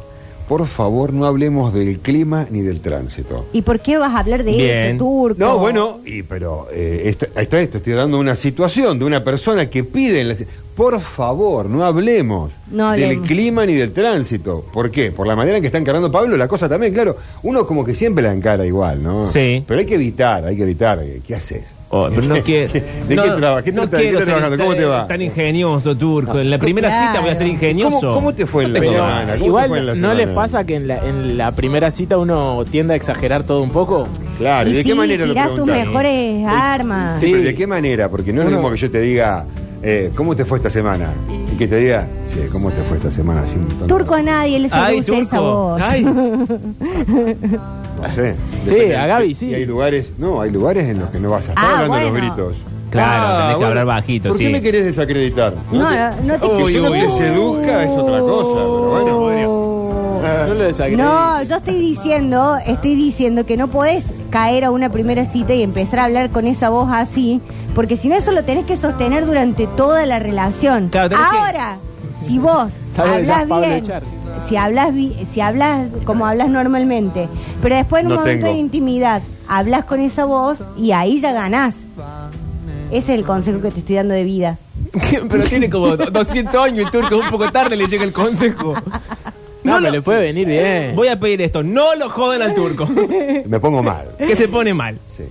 Speaker 6: por favor no hablemos del clima ni del tránsito.
Speaker 7: ¿Y por qué vas a hablar de
Speaker 5: Bien.
Speaker 7: eso, turco?
Speaker 6: No, bueno, y, pero eh, esta- ahí está esto, estoy dando una situación de una persona que pide, en la ci- por favor, no hablemos
Speaker 7: No
Speaker 6: del
Speaker 7: hablemos.
Speaker 6: clima ni del tránsito. ¿Por qué? Por la manera en que está encarando Pablo, la cosa también, claro, uno como que siempre la encara igual, ¿no?
Speaker 5: Sí.
Speaker 6: Pero hay que evitar, hay que evitar, eh, ¿qué haces?
Speaker 5: Oh, pero no quiero.
Speaker 6: (laughs) ¿De
Speaker 5: no,
Speaker 6: qué trabajas? ¿Qué
Speaker 5: no
Speaker 6: tra- de qué
Speaker 5: quiero
Speaker 6: estás
Speaker 5: ser
Speaker 6: trabajando? ¿Cómo te va?
Speaker 5: Tan ingenioso, turco. En la primera
Speaker 7: Claro.
Speaker 5: cita voy a ser ingenioso.
Speaker 6: ¿Cómo, cómo te fue en la
Speaker 5: Pero-
Speaker 6: semana? ¿Cómo te fue en la
Speaker 8: Igual, ¿no
Speaker 6: semana?
Speaker 8: les pasa que en la, en la primera cita uno tiende a exagerar todo un poco?
Speaker 6: Claro, ¿y
Speaker 7: Y
Speaker 6: de
Speaker 7: sí,
Speaker 6: qué manera lo
Speaker 7: tirás tus
Speaker 6: preguntás?
Speaker 7: mejores armas.
Speaker 6: Sí,
Speaker 8: Sí.
Speaker 6: pero ¿de qué manera? Porque no es lo
Speaker 8: Uno-
Speaker 6: mismo que yo te diga, eh, ¿cómo te fue esta semana? Y que te diga, che, ¿cómo te fue esta semana? Así un tono-
Speaker 7: Turco a nadie le
Speaker 5: Ay,
Speaker 7: seduce esa
Speaker 5: turco.
Speaker 7: voz.
Speaker 5: Ay, (laughs) Ah.
Speaker 6: No sé.
Speaker 8: Sí,
Speaker 6: Depende-
Speaker 8: a Gaby, sí.
Speaker 6: Y hay lugares, no, hay lugares en los que no vas a estar
Speaker 7: Ah,
Speaker 6: hablando de
Speaker 7: bueno.
Speaker 6: los gritos.
Speaker 5: Claro,
Speaker 6: Ah,
Speaker 5: tenés que
Speaker 6: bueno.
Speaker 5: hablar bajito,
Speaker 6: ¿Por
Speaker 5: sí.
Speaker 6: qué me querés desacreditar?
Speaker 7: (laughs) No,
Speaker 6: te-
Speaker 7: no te-
Speaker 6: Que yo no
Speaker 5: Uy,
Speaker 6: te
Speaker 5: uy.
Speaker 6: seduzca es otra cosa, pero bueno. Ah.
Speaker 8: No lo desagregué. Ah,
Speaker 7: No, yo estoy diciendo, estoy diciendo que no podés caer a una primera cita y empezar a hablar con esa voz así, porque si no eso lo tenés que sostener durante toda la relación.
Speaker 5: Claro, tenés que-
Speaker 7: Ahora,
Speaker 5: (laughs)
Speaker 7: si vos
Speaker 8: Sabe de esas
Speaker 7: hablas
Speaker 8: Pablo
Speaker 7: bien,
Speaker 8: Echarri.
Speaker 7: si hablas si hablas como hablas normalmente, pero después en un
Speaker 6: No
Speaker 7: momento
Speaker 6: tengo.
Speaker 7: de intimidad hablas con esa voz y ahí ya ganás. Ese es el consejo que te estoy dando de vida.
Speaker 5: Pero tiene como 200 años el turco, un poco tarde le llega el consejo.
Speaker 8: No,
Speaker 5: No
Speaker 8: me
Speaker 5: lo-
Speaker 8: le puede
Speaker 7: Eh,
Speaker 8: venir bien.
Speaker 5: Voy a pedir esto, no lo joden al turco, (laughs)
Speaker 6: Me pongo mal.
Speaker 5: que se pone mal.
Speaker 6: Sí.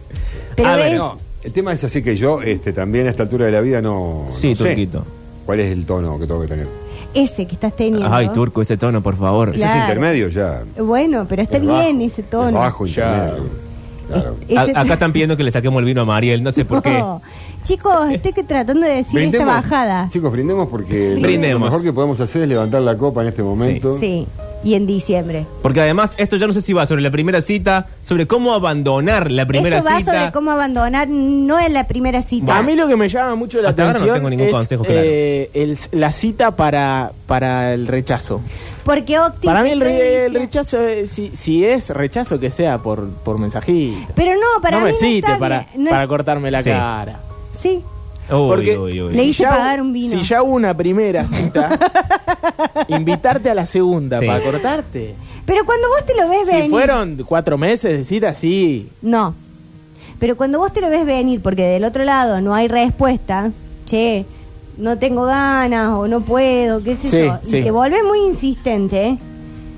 Speaker 7: Pero
Speaker 5: a ver,
Speaker 7: es-
Speaker 5: no.
Speaker 6: El tema es así que yo este, también a esta altura de la vida no.
Speaker 5: Sí,
Speaker 6: no sé
Speaker 5: Turquito.
Speaker 6: ¿Cuál es el tono que tengo que tener?
Speaker 7: Ese que estás teniendo.
Speaker 5: Ay, Turco, ese tono, por favor.
Speaker 6: Ese es
Speaker 7: Claro.
Speaker 6: intermedio ya.
Speaker 7: Bueno, pero está
Speaker 6: Es
Speaker 7: bien
Speaker 6: bajo,
Speaker 7: ese tono.
Speaker 6: es bajo
Speaker 8: Ya.
Speaker 6: intermedio. Claro.
Speaker 7: Ese
Speaker 5: A-
Speaker 7: tono.
Speaker 5: acá están pidiendo que le saquemos el vino a Mariel, no sé por qué.
Speaker 7: No. Chicos, estoy que tratando de decir
Speaker 6: Brindemos.
Speaker 7: esta bajada.
Speaker 6: Chicos, brindemos porque lo-
Speaker 5: Brindemos.
Speaker 6: lo mejor que podemos hacer es levantar la copa en este momento.
Speaker 7: Sí, y en diciembre.
Speaker 5: Porque además, esto ya no sé si va sobre la primera cita, sobre cómo abandonar la primera
Speaker 7: Esto va
Speaker 5: cita.
Speaker 7: sobre cómo abandonar, no en la primera cita.
Speaker 8: A mí lo que me llama mucho la
Speaker 5: Hasta ahora no
Speaker 8: atención
Speaker 5: tengo ningún
Speaker 8: es
Speaker 5: consejo, claro.
Speaker 8: eh, el- la cita para, para el rechazo.
Speaker 7: Porque Octi.
Speaker 8: para mí el,
Speaker 7: te
Speaker 8: re-
Speaker 7: estoy
Speaker 8: el
Speaker 7: diciendo-
Speaker 8: rechazo, es- si, si es rechazo que sea por, por mensajito.
Speaker 7: Pero no, para
Speaker 8: no
Speaker 7: mí
Speaker 8: me
Speaker 7: no
Speaker 8: cite
Speaker 7: está
Speaker 8: para,
Speaker 7: bien. No
Speaker 8: para
Speaker 7: es-
Speaker 8: cortarme la
Speaker 5: Sí.
Speaker 8: cara.
Speaker 7: Sí,
Speaker 5: Uy,
Speaker 8: Porque
Speaker 5: uy, uy.
Speaker 7: Le hice pagar un vino.
Speaker 8: Si ya hubo una
Speaker 7: (laughs)
Speaker 8: primera cita, invitarte a la segunda
Speaker 5: Sí.
Speaker 8: para cortarte.
Speaker 7: pero cuando vos te lo ves venir.
Speaker 8: Si fueron cuatro meses de cita, sí.
Speaker 7: No. Pero cuando vos te lo ves venir, porque del otro lado no hay respuesta, che, no tengo ganas o no puedo, qué sé
Speaker 8: Sí,
Speaker 7: yo,
Speaker 8: sí.
Speaker 7: y te volvés muy insistente,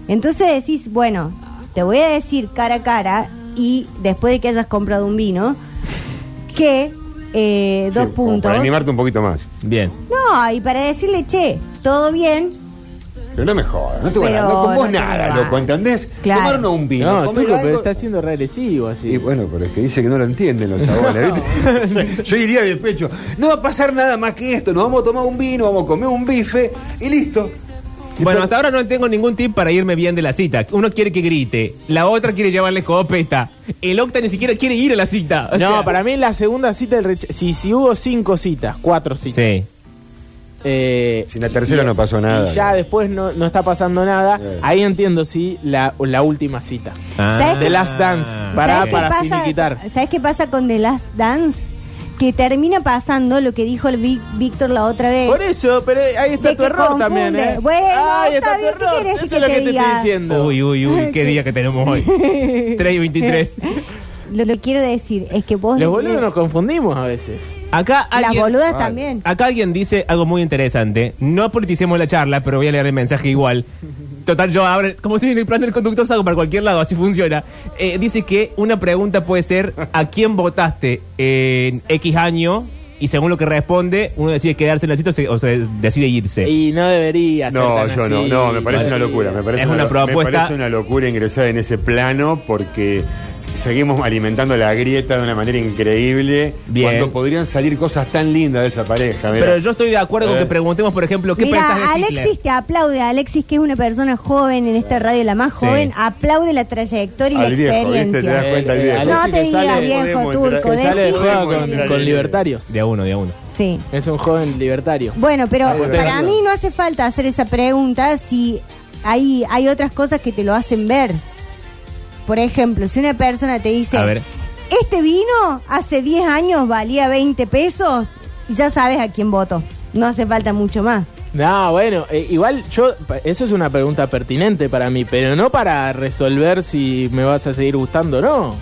Speaker 7: entonces decís, bueno, te voy a decir cara a cara y después de que hayas comprado un vino, que eh, dos
Speaker 6: Sí, como
Speaker 7: puntos.
Speaker 6: Para animarte un poquito más.
Speaker 5: Bien.
Speaker 7: No, y para decirle, che, todo bien,
Speaker 6: Pero no me jodas, no te voy a
Speaker 7: Pero
Speaker 6: hablar con vos
Speaker 7: no te
Speaker 6: nada,
Speaker 7: jodas.
Speaker 6: loco, ¿entendés?
Speaker 7: Claro.
Speaker 6: Tomarnos un vino.
Speaker 8: No,
Speaker 6: comer
Speaker 8: Turco, pero
Speaker 6: algo-
Speaker 8: está siendo re agresivo así.
Speaker 6: Y bueno, pero es que dice que no lo entienden los chabones, ¿viste? (laughs) Yo iría del pecho. No va a pasar nada más que esto. Nos vamos a tomar un vino, vamos a comer un bife y listo.
Speaker 5: Bueno, hasta ahora no tengo ningún tip para irme bien de la cita. Uno quiere que grite, la otra quiere llevarle copeta, el octa ni siquiera quiere ir a la cita. O
Speaker 8: no,
Speaker 5: sea-
Speaker 8: para mí la segunda cita del rechazo. Si, si hubo cinco citas, cuatro citas.
Speaker 5: Sí.
Speaker 8: Eh,
Speaker 6: Si en la tercera
Speaker 8: y-
Speaker 6: no pasó nada.
Speaker 8: Y ya después no, no está pasando nada.
Speaker 6: Eh.
Speaker 8: Ahí entiendo, sí, la, la última cita.
Speaker 6: Ah.
Speaker 7: ¿Sabes
Speaker 8: The
Speaker 7: qué-
Speaker 8: Last Dance.
Speaker 7: Ah.
Speaker 8: Pará,
Speaker 7: ¿Sabes
Speaker 5: Para,
Speaker 7: qué
Speaker 8: para
Speaker 7: pasa-
Speaker 8: finiquitar.
Speaker 7: ¿Sabes qué pasa con The Last Dance? Que termina pasando lo que dijo el Vic- Víctor la otra vez.
Speaker 8: Por eso, pero ahí está
Speaker 7: De
Speaker 8: tu
Speaker 7: que
Speaker 8: error
Speaker 7: confunde.
Speaker 8: también, ¿eh?
Speaker 7: Bueno,
Speaker 8: ahí
Speaker 7: está bien, ¿qué querés
Speaker 8: Eso
Speaker 7: que
Speaker 8: es
Speaker 7: te
Speaker 8: lo que te estoy
Speaker 7: diga?
Speaker 8: diciendo.
Speaker 5: Uy, uy, uy, qué día que tenemos hoy. (laughs) 3 y 23.
Speaker 7: Lo que quiero decir es que vos.
Speaker 8: Los boludos nos confundimos a veces.
Speaker 5: Acá
Speaker 7: Las
Speaker 5: alguien-
Speaker 7: boludas
Speaker 6: Vale.
Speaker 7: también.
Speaker 8: Ah,
Speaker 5: Acá alguien dice algo muy interesante. No politicemos la charla, pero voy a leer el mensaje igual. Total, yo ahora, como soy en el plan del conductor, salgo para cualquier lado, así funciona. Eh, dice que una pregunta puede ser: ¿a quién votaste en X año? Y según lo que responde, uno decide quedarse en la cita o se, o se decide irse.
Speaker 8: Y no debería ser
Speaker 6: No,
Speaker 8: tan
Speaker 6: yo
Speaker 8: así.
Speaker 6: no, no, me parece una locura. Me parece
Speaker 5: Es una
Speaker 6: lo-
Speaker 5: propuesta.
Speaker 6: Me parece una locura ingresar en ese plano porque seguimos alimentando la grieta de una manera increíble.
Speaker 5: Bien.
Speaker 6: Cuando podrían salir cosas tan lindas de esa pareja. mirá.
Speaker 5: Pero yo estoy de acuerdo con
Speaker 6: Eh.
Speaker 5: que preguntemos, por ejemplo, ¿qué pensás de
Speaker 7: Mira,
Speaker 5: Hitler?
Speaker 7: Alexis te aplaude. Alexis, que es una persona joven en esta radio, la más
Speaker 5: Sí.
Speaker 7: joven, aplaude la trayectoria y
Speaker 6: Al
Speaker 7: la
Speaker 6: viejo, ¿viste? Te das
Speaker 7: experiencia.
Speaker 6: cuenta al
Speaker 8: Eh,
Speaker 6: viejo.
Speaker 8: Alexis
Speaker 7: No te
Speaker 8: que
Speaker 7: digas
Speaker 8: sale-
Speaker 7: viejo,
Speaker 6: podemos entrar-
Speaker 7: turco.
Speaker 8: Que sale de
Speaker 7: decí-
Speaker 8: juego
Speaker 6: Podemos
Speaker 8: con,
Speaker 6: entrar
Speaker 8: con
Speaker 6: en-
Speaker 8: libertarios.
Speaker 5: De a uno, de a uno.
Speaker 7: Sí.
Speaker 8: Es un joven libertario.
Speaker 7: Bueno, pero
Speaker 8: Ah, bueno,
Speaker 7: para
Speaker 8: tenés
Speaker 7: mí
Speaker 8: razón.
Speaker 7: no hace falta hacer esa pregunta si hay, hay otras cosas que te lo hacen ver. Por ejemplo, si una persona te dice,
Speaker 5: A ver.
Speaker 7: este vino hace 10 años valía 20 pesos, ya sabes a quién voto. No hace falta mucho más.
Speaker 8: No, bueno, eh, igual yo, pa- eso es una pregunta pertinente para mí, pero no para resolver si me vas a seguir gustando o no.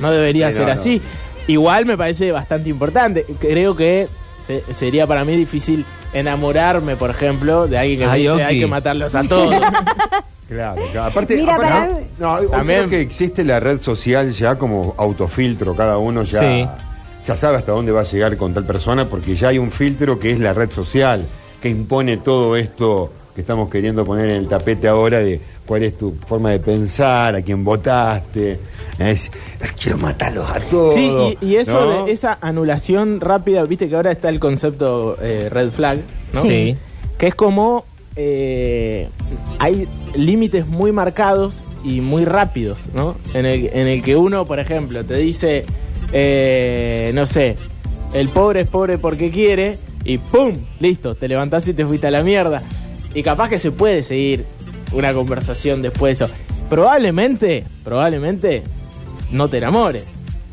Speaker 8: No debería
Speaker 6: Sí, no,
Speaker 8: ser
Speaker 6: no.
Speaker 8: así. Igual me parece bastante importante. Creo que se- sería para mí difícil enamorarme, por ejemplo, de alguien que me
Speaker 5: Ay,
Speaker 8: dice
Speaker 5: Oki.
Speaker 8: hay que matarlos a todos. (laughs)
Speaker 6: Claro, claro. Aparte,
Speaker 7: Mira,
Speaker 6: aparte-
Speaker 7: para-
Speaker 6: no, no,
Speaker 8: También-
Speaker 6: creo que existe la red social ya como autofiltro, cada uno ya,
Speaker 5: Sí.
Speaker 6: ya sabe hasta dónde va a llegar con tal persona, porque ya hay un filtro que es la red social, que impone todo esto que estamos queriendo poner en el tapete ahora de cuál es tu forma de pensar, a quién votaste. Es, quiero matarlos a todos.
Speaker 8: sí, y, y eso,
Speaker 6: ¿no?
Speaker 8: de esa anulación rápida, viste que ahora está el concepto eh, red flag, ¿no?
Speaker 5: Sí.
Speaker 8: que es como eh, hay límites muy marcados y muy rápidos, ¿no? En el, en el que uno, por ejemplo, te dice, eh, no sé, el pobre es pobre porque quiere y ¡pum! Listo, te levantás y te fuiste a la mierda. Y capaz que se puede seguir una conversación después de eso. Probablemente, probablemente no te enamores.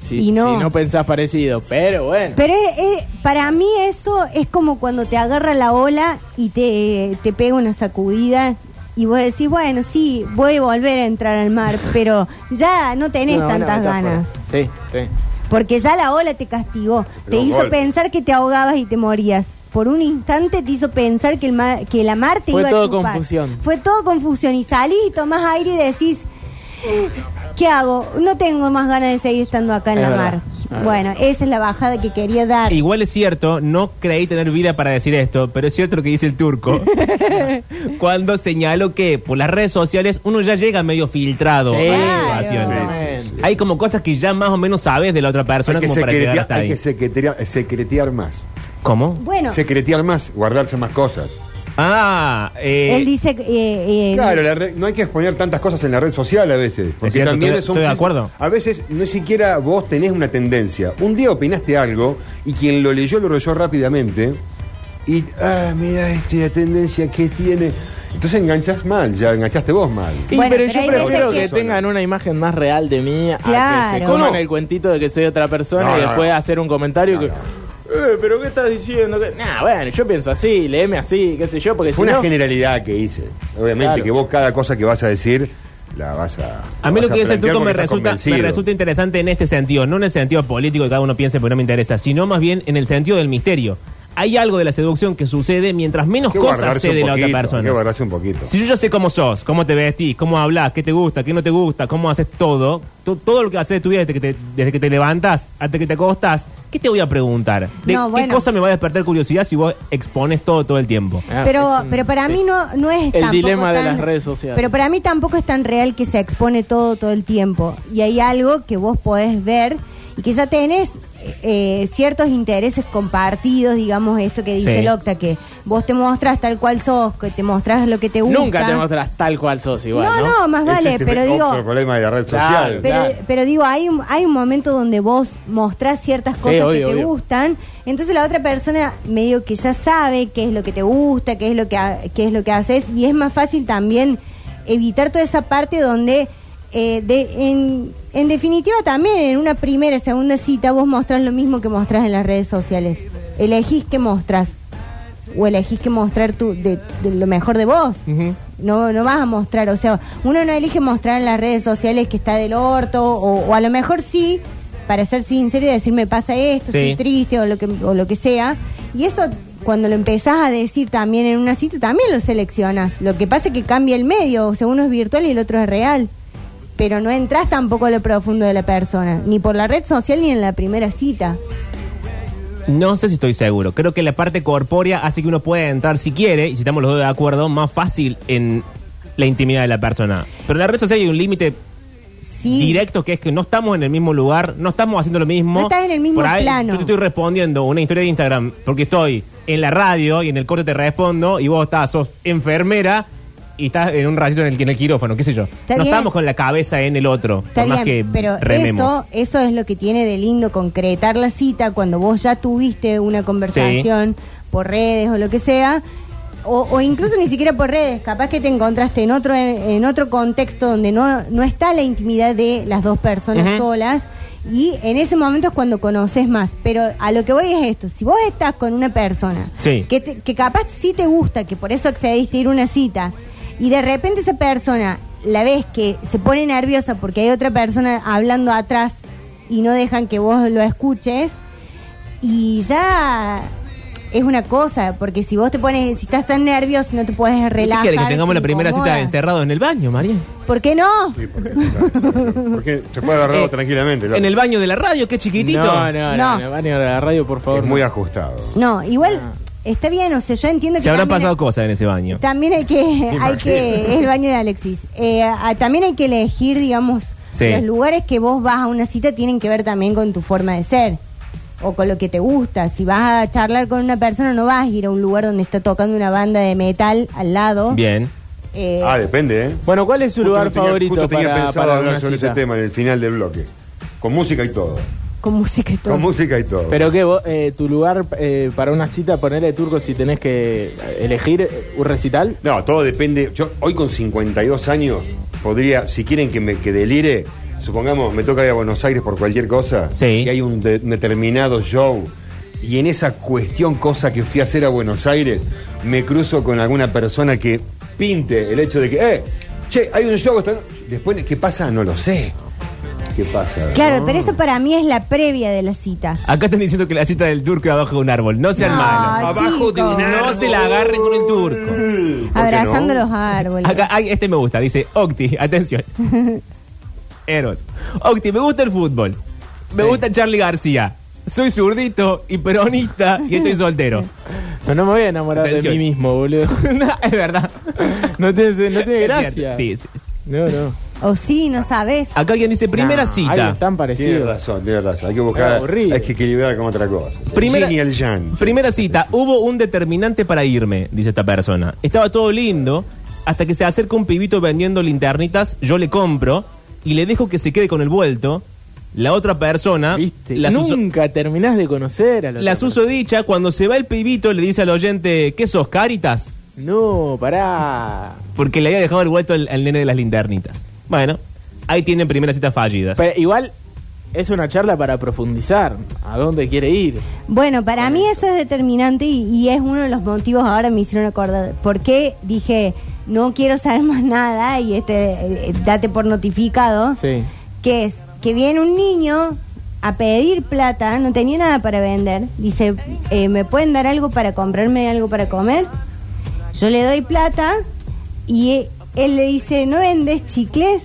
Speaker 8: Si,
Speaker 7: Y no.
Speaker 8: si no pensás parecido, pero bueno.
Speaker 7: Pero es- es- para mí eso es como cuando te agarra la ola y te, te pega una sacudida y vos decís, bueno, sí, voy a volver a entrar al mar, pero ya no
Speaker 8: Es
Speaker 7: tenés
Speaker 8: una buena
Speaker 7: tantas
Speaker 8: metáfora.
Speaker 7: ganas.
Speaker 8: Sí, sí.
Speaker 7: Porque ya la ola te castigó. Te
Speaker 6: Los
Speaker 7: hizo
Speaker 6: golpes.
Speaker 7: pensar que te ahogabas y te morías. Por un instante te hizo pensar que, el ma- que la mar te
Speaker 8: Fue
Speaker 7: iba a
Speaker 8: todo
Speaker 7: chupar.
Speaker 8: confusión.
Speaker 7: Fue todo confusión. Y salís y tomás aire y decís, ¿qué hago? No tengo más ganas de seguir estando acá en
Speaker 8: Es
Speaker 7: la
Speaker 8: verdad.
Speaker 7: mar. Bueno, esa es la bajada que quería dar.
Speaker 5: Igual es cierto, no creí tener vida para decir esto, pero es cierto lo que dice el
Speaker 8: (laughs)
Speaker 5: turco. cuando señaló que por las redes sociales uno ya llega medio filtrado.
Speaker 8: Sí,
Speaker 5: a las
Speaker 7: claro.
Speaker 5: situaciones.
Speaker 8: Sí, sí, sí.
Speaker 5: Hay como cosas que ya más o menos sabes de la otra persona
Speaker 6: hay que,
Speaker 5: como para
Speaker 6: secretear,
Speaker 5: llegar hasta
Speaker 6: hay
Speaker 5: ahí.
Speaker 6: que secretear, secretear más.
Speaker 5: ¿Cómo?
Speaker 7: Bueno,
Speaker 6: Secretear más, guardarse más cosas.
Speaker 5: Ah, eh,
Speaker 7: él dice que, eh, eh,
Speaker 6: Claro, la red- no hay que exponer tantas cosas en la red social a veces. Porque
Speaker 5: cierto,
Speaker 6: también
Speaker 5: estoy-
Speaker 6: es un
Speaker 5: estoy de
Speaker 6: filtro.
Speaker 5: acuerdo.
Speaker 6: A veces no siquiera vos tenés una tendencia. Un día opinaste algo y quien lo leyó lo leyó rápidamente. Y, ah, mira esta tendencia que tiene. Entonces enganchás mal, ya enganchaste vos mal.
Speaker 8: Y,
Speaker 7: Bueno,
Speaker 8: pero,
Speaker 7: pero hay
Speaker 8: yo
Speaker 7: veces
Speaker 8: prefiero
Speaker 7: que-
Speaker 8: que, tengan una imagen más real de mí a que se
Speaker 7: Claro.
Speaker 8: coman
Speaker 6: No.
Speaker 8: el cuentito de que soy otra persona
Speaker 6: No,
Speaker 8: y
Speaker 6: no,
Speaker 8: después
Speaker 6: no.
Speaker 8: hacer un comentario que. "Eh, pero ¿qué estás diciendo? Que- Nah, bueno, yo pienso así, léeme así, qué sé yo, porque
Speaker 6: Fue
Speaker 8: si
Speaker 6: una
Speaker 8: no...
Speaker 6: generalidad que hice. Obviamente
Speaker 8: Claro.
Speaker 6: que vos cada cosa que vas a decir la vas a.
Speaker 5: A mí lo que dice
Speaker 6: la vas
Speaker 5: el
Speaker 6: plantear
Speaker 5: turco
Speaker 6: porque
Speaker 5: me
Speaker 6: estás
Speaker 5: resulta, me
Speaker 6: convencido.
Speaker 5: resulta interesante en este sentido, no en el sentido político que cada uno piense porque no me interesa, sino más bien en el sentido del misterio. Hay algo de la seducción que sucede mientras menos
Speaker 6: Hay que
Speaker 5: cosas
Speaker 6: guardarse
Speaker 5: sé de
Speaker 6: un
Speaker 5: la otra
Speaker 6: poquito, Hay que
Speaker 5: persona.
Speaker 6: guardarse un poquito.
Speaker 5: Si yo ya sé cómo sos, cómo te vestís, cómo hablas, qué te gusta, qué no te gusta, cómo haces todo, to- todo lo que haces de tu vida desde que, te, desde que te levantas hasta que te acostas, ¿qué te voy a preguntar? ¿De
Speaker 7: No,
Speaker 5: qué
Speaker 7: bueno.
Speaker 5: cosa me va a despertar curiosidad si vos expones todo todo el tiempo?
Speaker 8: Ah,
Speaker 7: pero,
Speaker 8: es un-
Speaker 7: pero para
Speaker 8: sí.
Speaker 7: mí no, no es
Speaker 8: El
Speaker 7: tampoco
Speaker 8: dilema de
Speaker 7: tan-
Speaker 8: las redes sociales.
Speaker 7: Pero para mí tampoco es tan real que se expone todo todo el tiempo. Y hay algo que vos podés ver y que ya tenés eh, ciertos intereses compartidos, digamos esto que dice
Speaker 5: Sí.
Speaker 7: Locta, que vos te mostrás tal cual sos, que te mostrás lo que te gusta.
Speaker 8: Nunca te mostras tal cual sos igual,
Speaker 7: no,
Speaker 8: ¿no?
Speaker 7: no, más
Speaker 6: Ese
Speaker 7: vale,
Speaker 6: es el
Speaker 7: pero digo...
Speaker 6: otro problema de la red
Speaker 8: Claro,
Speaker 6: social.
Speaker 7: Pero,
Speaker 8: Claro.
Speaker 7: pero digo, hay un, hay un momento donde vos mostrás ciertas cosas que
Speaker 8: obvio,
Speaker 7: te
Speaker 8: obvio.
Speaker 7: gustan, entonces la otra persona medio que ya sabe qué es lo que te gusta, qué es lo que, ha- qué es lo que haces, y es más fácil también evitar toda esa parte donde, eh, de- en, en definitiva también en una primera, segunda cita vos mostrás lo mismo que mostrás en las redes sociales. Elegís que mostrás. O elegís que mostrar tu, de, de lo mejor de vos. No, no vas a mostrar, o sea, uno no elige mostrar en las redes sociales que está del orto, o, o a lo mejor sí, para ser sincero y decir me pasa esto,
Speaker 5: Sí.
Speaker 7: estoy triste o lo, que, o lo que sea. Y eso cuando lo empezás a decir también en una cita, también lo seleccionas. Lo que pasa es que cambia el medio, o sea, uno es virtual y el otro es real. Pero no entras tampoco a lo profundo de la persona, ni por la red social ni en la primera cita.
Speaker 5: No sé si estoy seguro. Creo que la parte corpórea hace que uno pueda entrar si quiere, y si estamos los dos de acuerdo, más fácil en la intimidad de la persona. Pero en la red social hay un límite
Speaker 7: Sí.
Speaker 5: directo que es que no estamos en el mismo lugar, no estamos haciendo lo mismo.
Speaker 7: No estás en el mismo
Speaker 5: Por ahí,
Speaker 7: plano.
Speaker 5: Yo te estoy respondiendo una historia de Instagram porque estoy en la radio y en el corte te respondo y vos estás, sos enfermera y estás en un ratito en el, en el quirófano, qué sé yo. no
Speaker 7: bien.
Speaker 5: estamos con la cabeza en el otro,
Speaker 7: Está
Speaker 5: por más
Speaker 7: bien,
Speaker 5: que
Speaker 7: pero
Speaker 5: rememos.
Speaker 7: eso, eso es lo que tiene de lindo concretar la cita cuando vos ya tuviste una conversación por redes o lo que sea, o, o incluso ni siquiera por redes, capaz que te encontraste en otro, en otro contexto donde no, no está la intimidad de las dos personas
Speaker 5: Ujú.
Speaker 7: solas. Y en ese momento es cuando conoces más. Pero a lo que voy es esto. Si vos estás con una persona
Speaker 5: Sí.
Speaker 7: que, te- que capaz sí te gusta, que por eso accediste a ir a una cita, y de repente esa persona la ves que se pone nerviosa porque hay otra persona hablando atrás y no dejan que vos lo escuches, y ya es una cosa, porque si vos te pones, si estás tan nervioso no te puedes
Speaker 5: ¿Qué
Speaker 7: relajar.
Speaker 5: quiere que tengamos la
Speaker 7: te
Speaker 5: primera
Speaker 7: incomoda.
Speaker 5: cita encerrados en el baño, María?
Speaker 7: ¿Por qué no?
Speaker 6: Sí, porque, claro, porque se puede agarrarlo
Speaker 5: Eh,
Speaker 6: tranquilamente. claro.
Speaker 5: En el baño de la radio, qué chiquitito.
Speaker 8: No,
Speaker 7: No.
Speaker 8: no, no, no, baño de la radio, por favor.
Speaker 6: Es muy ajustado.
Speaker 7: No, igual está bien, o sea, yo entiendo que...
Speaker 5: Ah. Se habrán
Speaker 7: también-
Speaker 5: pasado cosas en ese baño.
Speaker 7: También
Speaker 5: (laughs)
Speaker 7: hay que, hay
Speaker 6: imagino.
Speaker 7: que es el baño de Alexis. Eh, a- también hay que elegir, digamos,
Speaker 5: Sí.
Speaker 7: los lugares que vos vas a una cita tienen que ver también con tu forma de ser o con lo que te gusta. Si vas a charlar con una persona, no vas a ir a un lugar donde está tocando una banda de metal al lado.
Speaker 5: Bien.
Speaker 7: Eh,
Speaker 6: Ah, depende, ¿eh?
Speaker 8: Bueno, ¿cuál es su
Speaker 6: Justo
Speaker 8: lugar
Speaker 6: tenía-
Speaker 8: favorito
Speaker 6: justo tenía
Speaker 8: para,
Speaker 6: pensado
Speaker 8: para
Speaker 6: hablar
Speaker 8: una
Speaker 6: sobre
Speaker 8: cita?
Speaker 6: ese tema en el final del bloque. Con música y todo.
Speaker 7: con música y todo.
Speaker 6: Con música y todo.
Speaker 8: Pero que vos, eh, tu lugar eh, para una cita, ponerle turco si tenés que elegir eh, un recital.
Speaker 6: No, todo depende. Yo hoy con 52 años podría, si quieren que me que delire, supongamos me toca ir a Buenos Aires por cualquier cosa,
Speaker 5: Sí.
Speaker 6: y hay un de- determinado show y en esa cuestión cosa que fui a hacer a Buenos Aires me cruzo con alguna persona que pinte el hecho de que, eh, che, hay un show esta no-". después qué pasa no lo sé. ¿Qué pasa?
Speaker 7: Claro,
Speaker 6: ¿no?
Speaker 7: pero eso para mí es la previa de la cita.
Speaker 5: Acá están diciendo que la cita del turco es abajo de un árbol. No sean
Speaker 7: No,
Speaker 5: malos.
Speaker 7: Abajo de un Ah, chicos.
Speaker 5: No se la agarren con el turco.
Speaker 6: ¿Por qué
Speaker 7: Abrazando
Speaker 6: no?
Speaker 7: los árboles.
Speaker 5: Acá, ay, este me (laughs) gusta. Dice, Octi, atención. Eros. Octi, me gusta el fútbol. Me
Speaker 6: Sí.
Speaker 5: gusta Charlie García. Soy zurdito y peronista y
Speaker 8: (laughs)
Speaker 5: estoy soltero.
Speaker 8: Pero no me voy a enamorar
Speaker 5: Atención.
Speaker 8: de mí mismo, boludo. (laughs)
Speaker 5: No, (laughs) es verdad.
Speaker 8: No tiene, no tiene
Speaker 5: Es
Speaker 8: gracia.
Speaker 5: cierto. Sí, sí, sí.
Speaker 8: No, no.
Speaker 7: O sí, no sabes.
Speaker 5: Acá alguien dice, primera
Speaker 8: Nah,
Speaker 5: cita.
Speaker 8: alguien tan
Speaker 6: Tiene
Speaker 8: parecido.
Speaker 6: razón, tiene razón. Hay que buscar,
Speaker 8: aburrido.
Speaker 6: hay que equilibrar con otra cosa.
Speaker 5: Primera-
Speaker 6: Yin y el yang.
Speaker 5: Primera cita, hubo un determinante para irme, dice esta persona. Estaba todo lindo, hasta que se acerca un pibito vendiendo linternitas, yo le compro y le dejo que se quede con el vuelto. La otra persona,
Speaker 8: ¿Viste?
Speaker 5: la, suso-
Speaker 8: Nunca terminás de conocer a la
Speaker 5: la
Speaker 8: otra
Speaker 5: susodicha, cuando se va el pibito, le dice al oyente, ¿qué sos, Caritas?
Speaker 8: persona. No, pará.
Speaker 5: Porque le había dejado el vuelto al, al nene de las linternitas. Bueno, ahí tienen primeras citas fallidas.
Speaker 8: Pero igual es una charla para profundizar. ¿A dónde quiere ir?
Speaker 7: Bueno, para mí eso es determinante y, y es uno de los motivos ahora me hicieron acordar. Porque dije, no quiero saber más nada y este, eh, date por notificado.
Speaker 8: Sí.
Speaker 7: Que es que viene un niño a pedir plata, no tenía nada para vender. Dice, eh, ¿me pueden dar algo para comprarme algo para comer? Yo le doy plata y eh, él le dice, ¿no vendes chicles?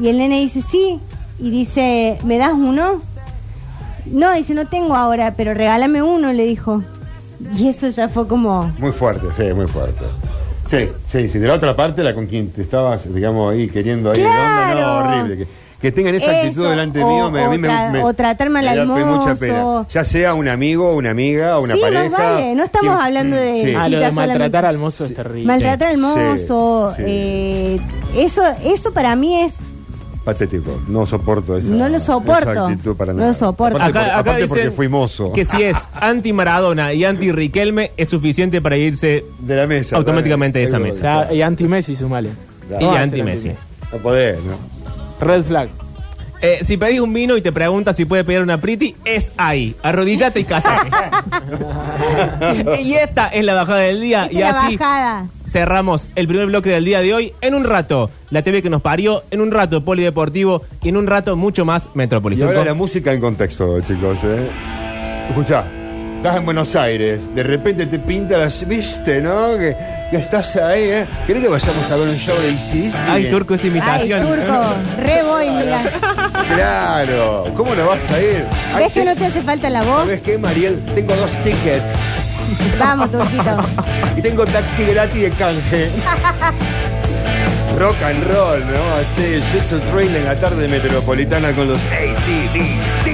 Speaker 7: Y el nene dice, sí. Y dice, ¿me das uno? No, dice, no tengo ahora, pero regálame uno, le dijo. Y eso ya fue como...
Speaker 6: Muy fuerte, sí, muy fuerte. Sí, sí, sí. De la otra parte, la con quien te estabas, digamos, ahí queriendo ahí.
Speaker 7: Claro.
Speaker 6: No, no, horrible. Que, que tengan esa
Speaker 7: Eso,
Speaker 6: actitud delante
Speaker 7: o-
Speaker 6: mío, me, a mí me,
Speaker 7: o tra-
Speaker 6: me-
Speaker 7: o tratarme al
Speaker 6: me da pe- mucha
Speaker 7: almozo.
Speaker 6: pena. Ya sea un amigo, una amiga, una
Speaker 7: Sí, más
Speaker 6: pareja.
Speaker 7: vale, no estamos hablando de-
Speaker 6: sí.
Speaker 8: Ah, lo
Speaker 7: Cita
Speaker 8: de maltratar
Speaker 7: solamente.
Speaker 8: al mozo es terrible.
Speaker 7: Maltratar al
Speaker 6: Sí,
Speaker 7: mozo.
Speaker 6: sí.
Speaker 7: eh, eso, eso para mí es.
Speaker 6: Patético. No soporto eso.
Speaker 7: No lo soporto.
Speaker 6: Esa actitud para
Speaker 7: No
Speaker 6: nada.
Speaker 7: lo soporto.
Speaker 6: Aparte,
Speaker 5: Acá-
Speaker 6: por-
Speaker 5: acá
Speaker 6: aparte porque
Speaker 5: dicen
Speaker 6: fui mozo.
Speaker 5: Que si
Speaker 6: (laughs)
Speaker 5: es anti-Maradona y anti-Riquelme, es suficiente para irse
Speaker 6: De la mesa.
Speaker 5: Automáticamente de esa
Speaker 6: Algo-
Speaker 5: mesa.
Speaker 8: Ya, y anti-Messi, sumale.
Speaker 6: Ya.
Speaker 5: y
Speaker 8: No va a ser
Speaker 5: anti-Messi.
Speaker 6: No podés, ¿no?
Speaker 8: Red flag.
Speaker 5: Eh, si pedís un vino y te preguntas si puede pedir una priti, es ahí. Arrodillate y
Speaker 6: (laughs)
Speaker 5: casate. (laughs)
Speaker 7: (laughs)
Speaker 5: y esta es la bajada del
Speaker 6: Ah,
Speaker 5: día.
Speaker 7: Esta
Speaker 5: y
Speaker 7: es la
Speaker 5: así
Speaker 7: bajada.
Speaker 5: cerramos el primer bloque del día de hoy. En un rato, la TV que nos parió. En un rato, Polideportivo. Y en un rato, mucho más,
Speaker 6: Y
Speaker 5: Metropolitano.
Speaker 6: ahora la música en contexto, chicos. ¿eh? Escuchá, estás en Buenos Aires, de repente te pinta las. ¿Viste, no? Que, que estás ahí, ¿eh? ¿Querés que vayamos a ver un show de Isis?
Speaker 5: Ay, turco, es
Speaker 7: Ay,
Speaker 5: imitación.
Speaker 7: turco. Re voy, mira.
Speaker 6: Claro, ¿cómo no vas a ir? Ay,
Speaker 7: ¿Ves que no te hace falta la
Speaker 6: (laughs)
Speaker 7: voz?
Speaker 6: ¿Sabes qué, Mariel? Tengo dos tickets
Speaker 7: Vamos, turquito.
Speaker 6: y tengo taxi gratis de canje. Rock and roll, ¿no? Sí, Jet to Train en la tarde metropolitana con los ACDC.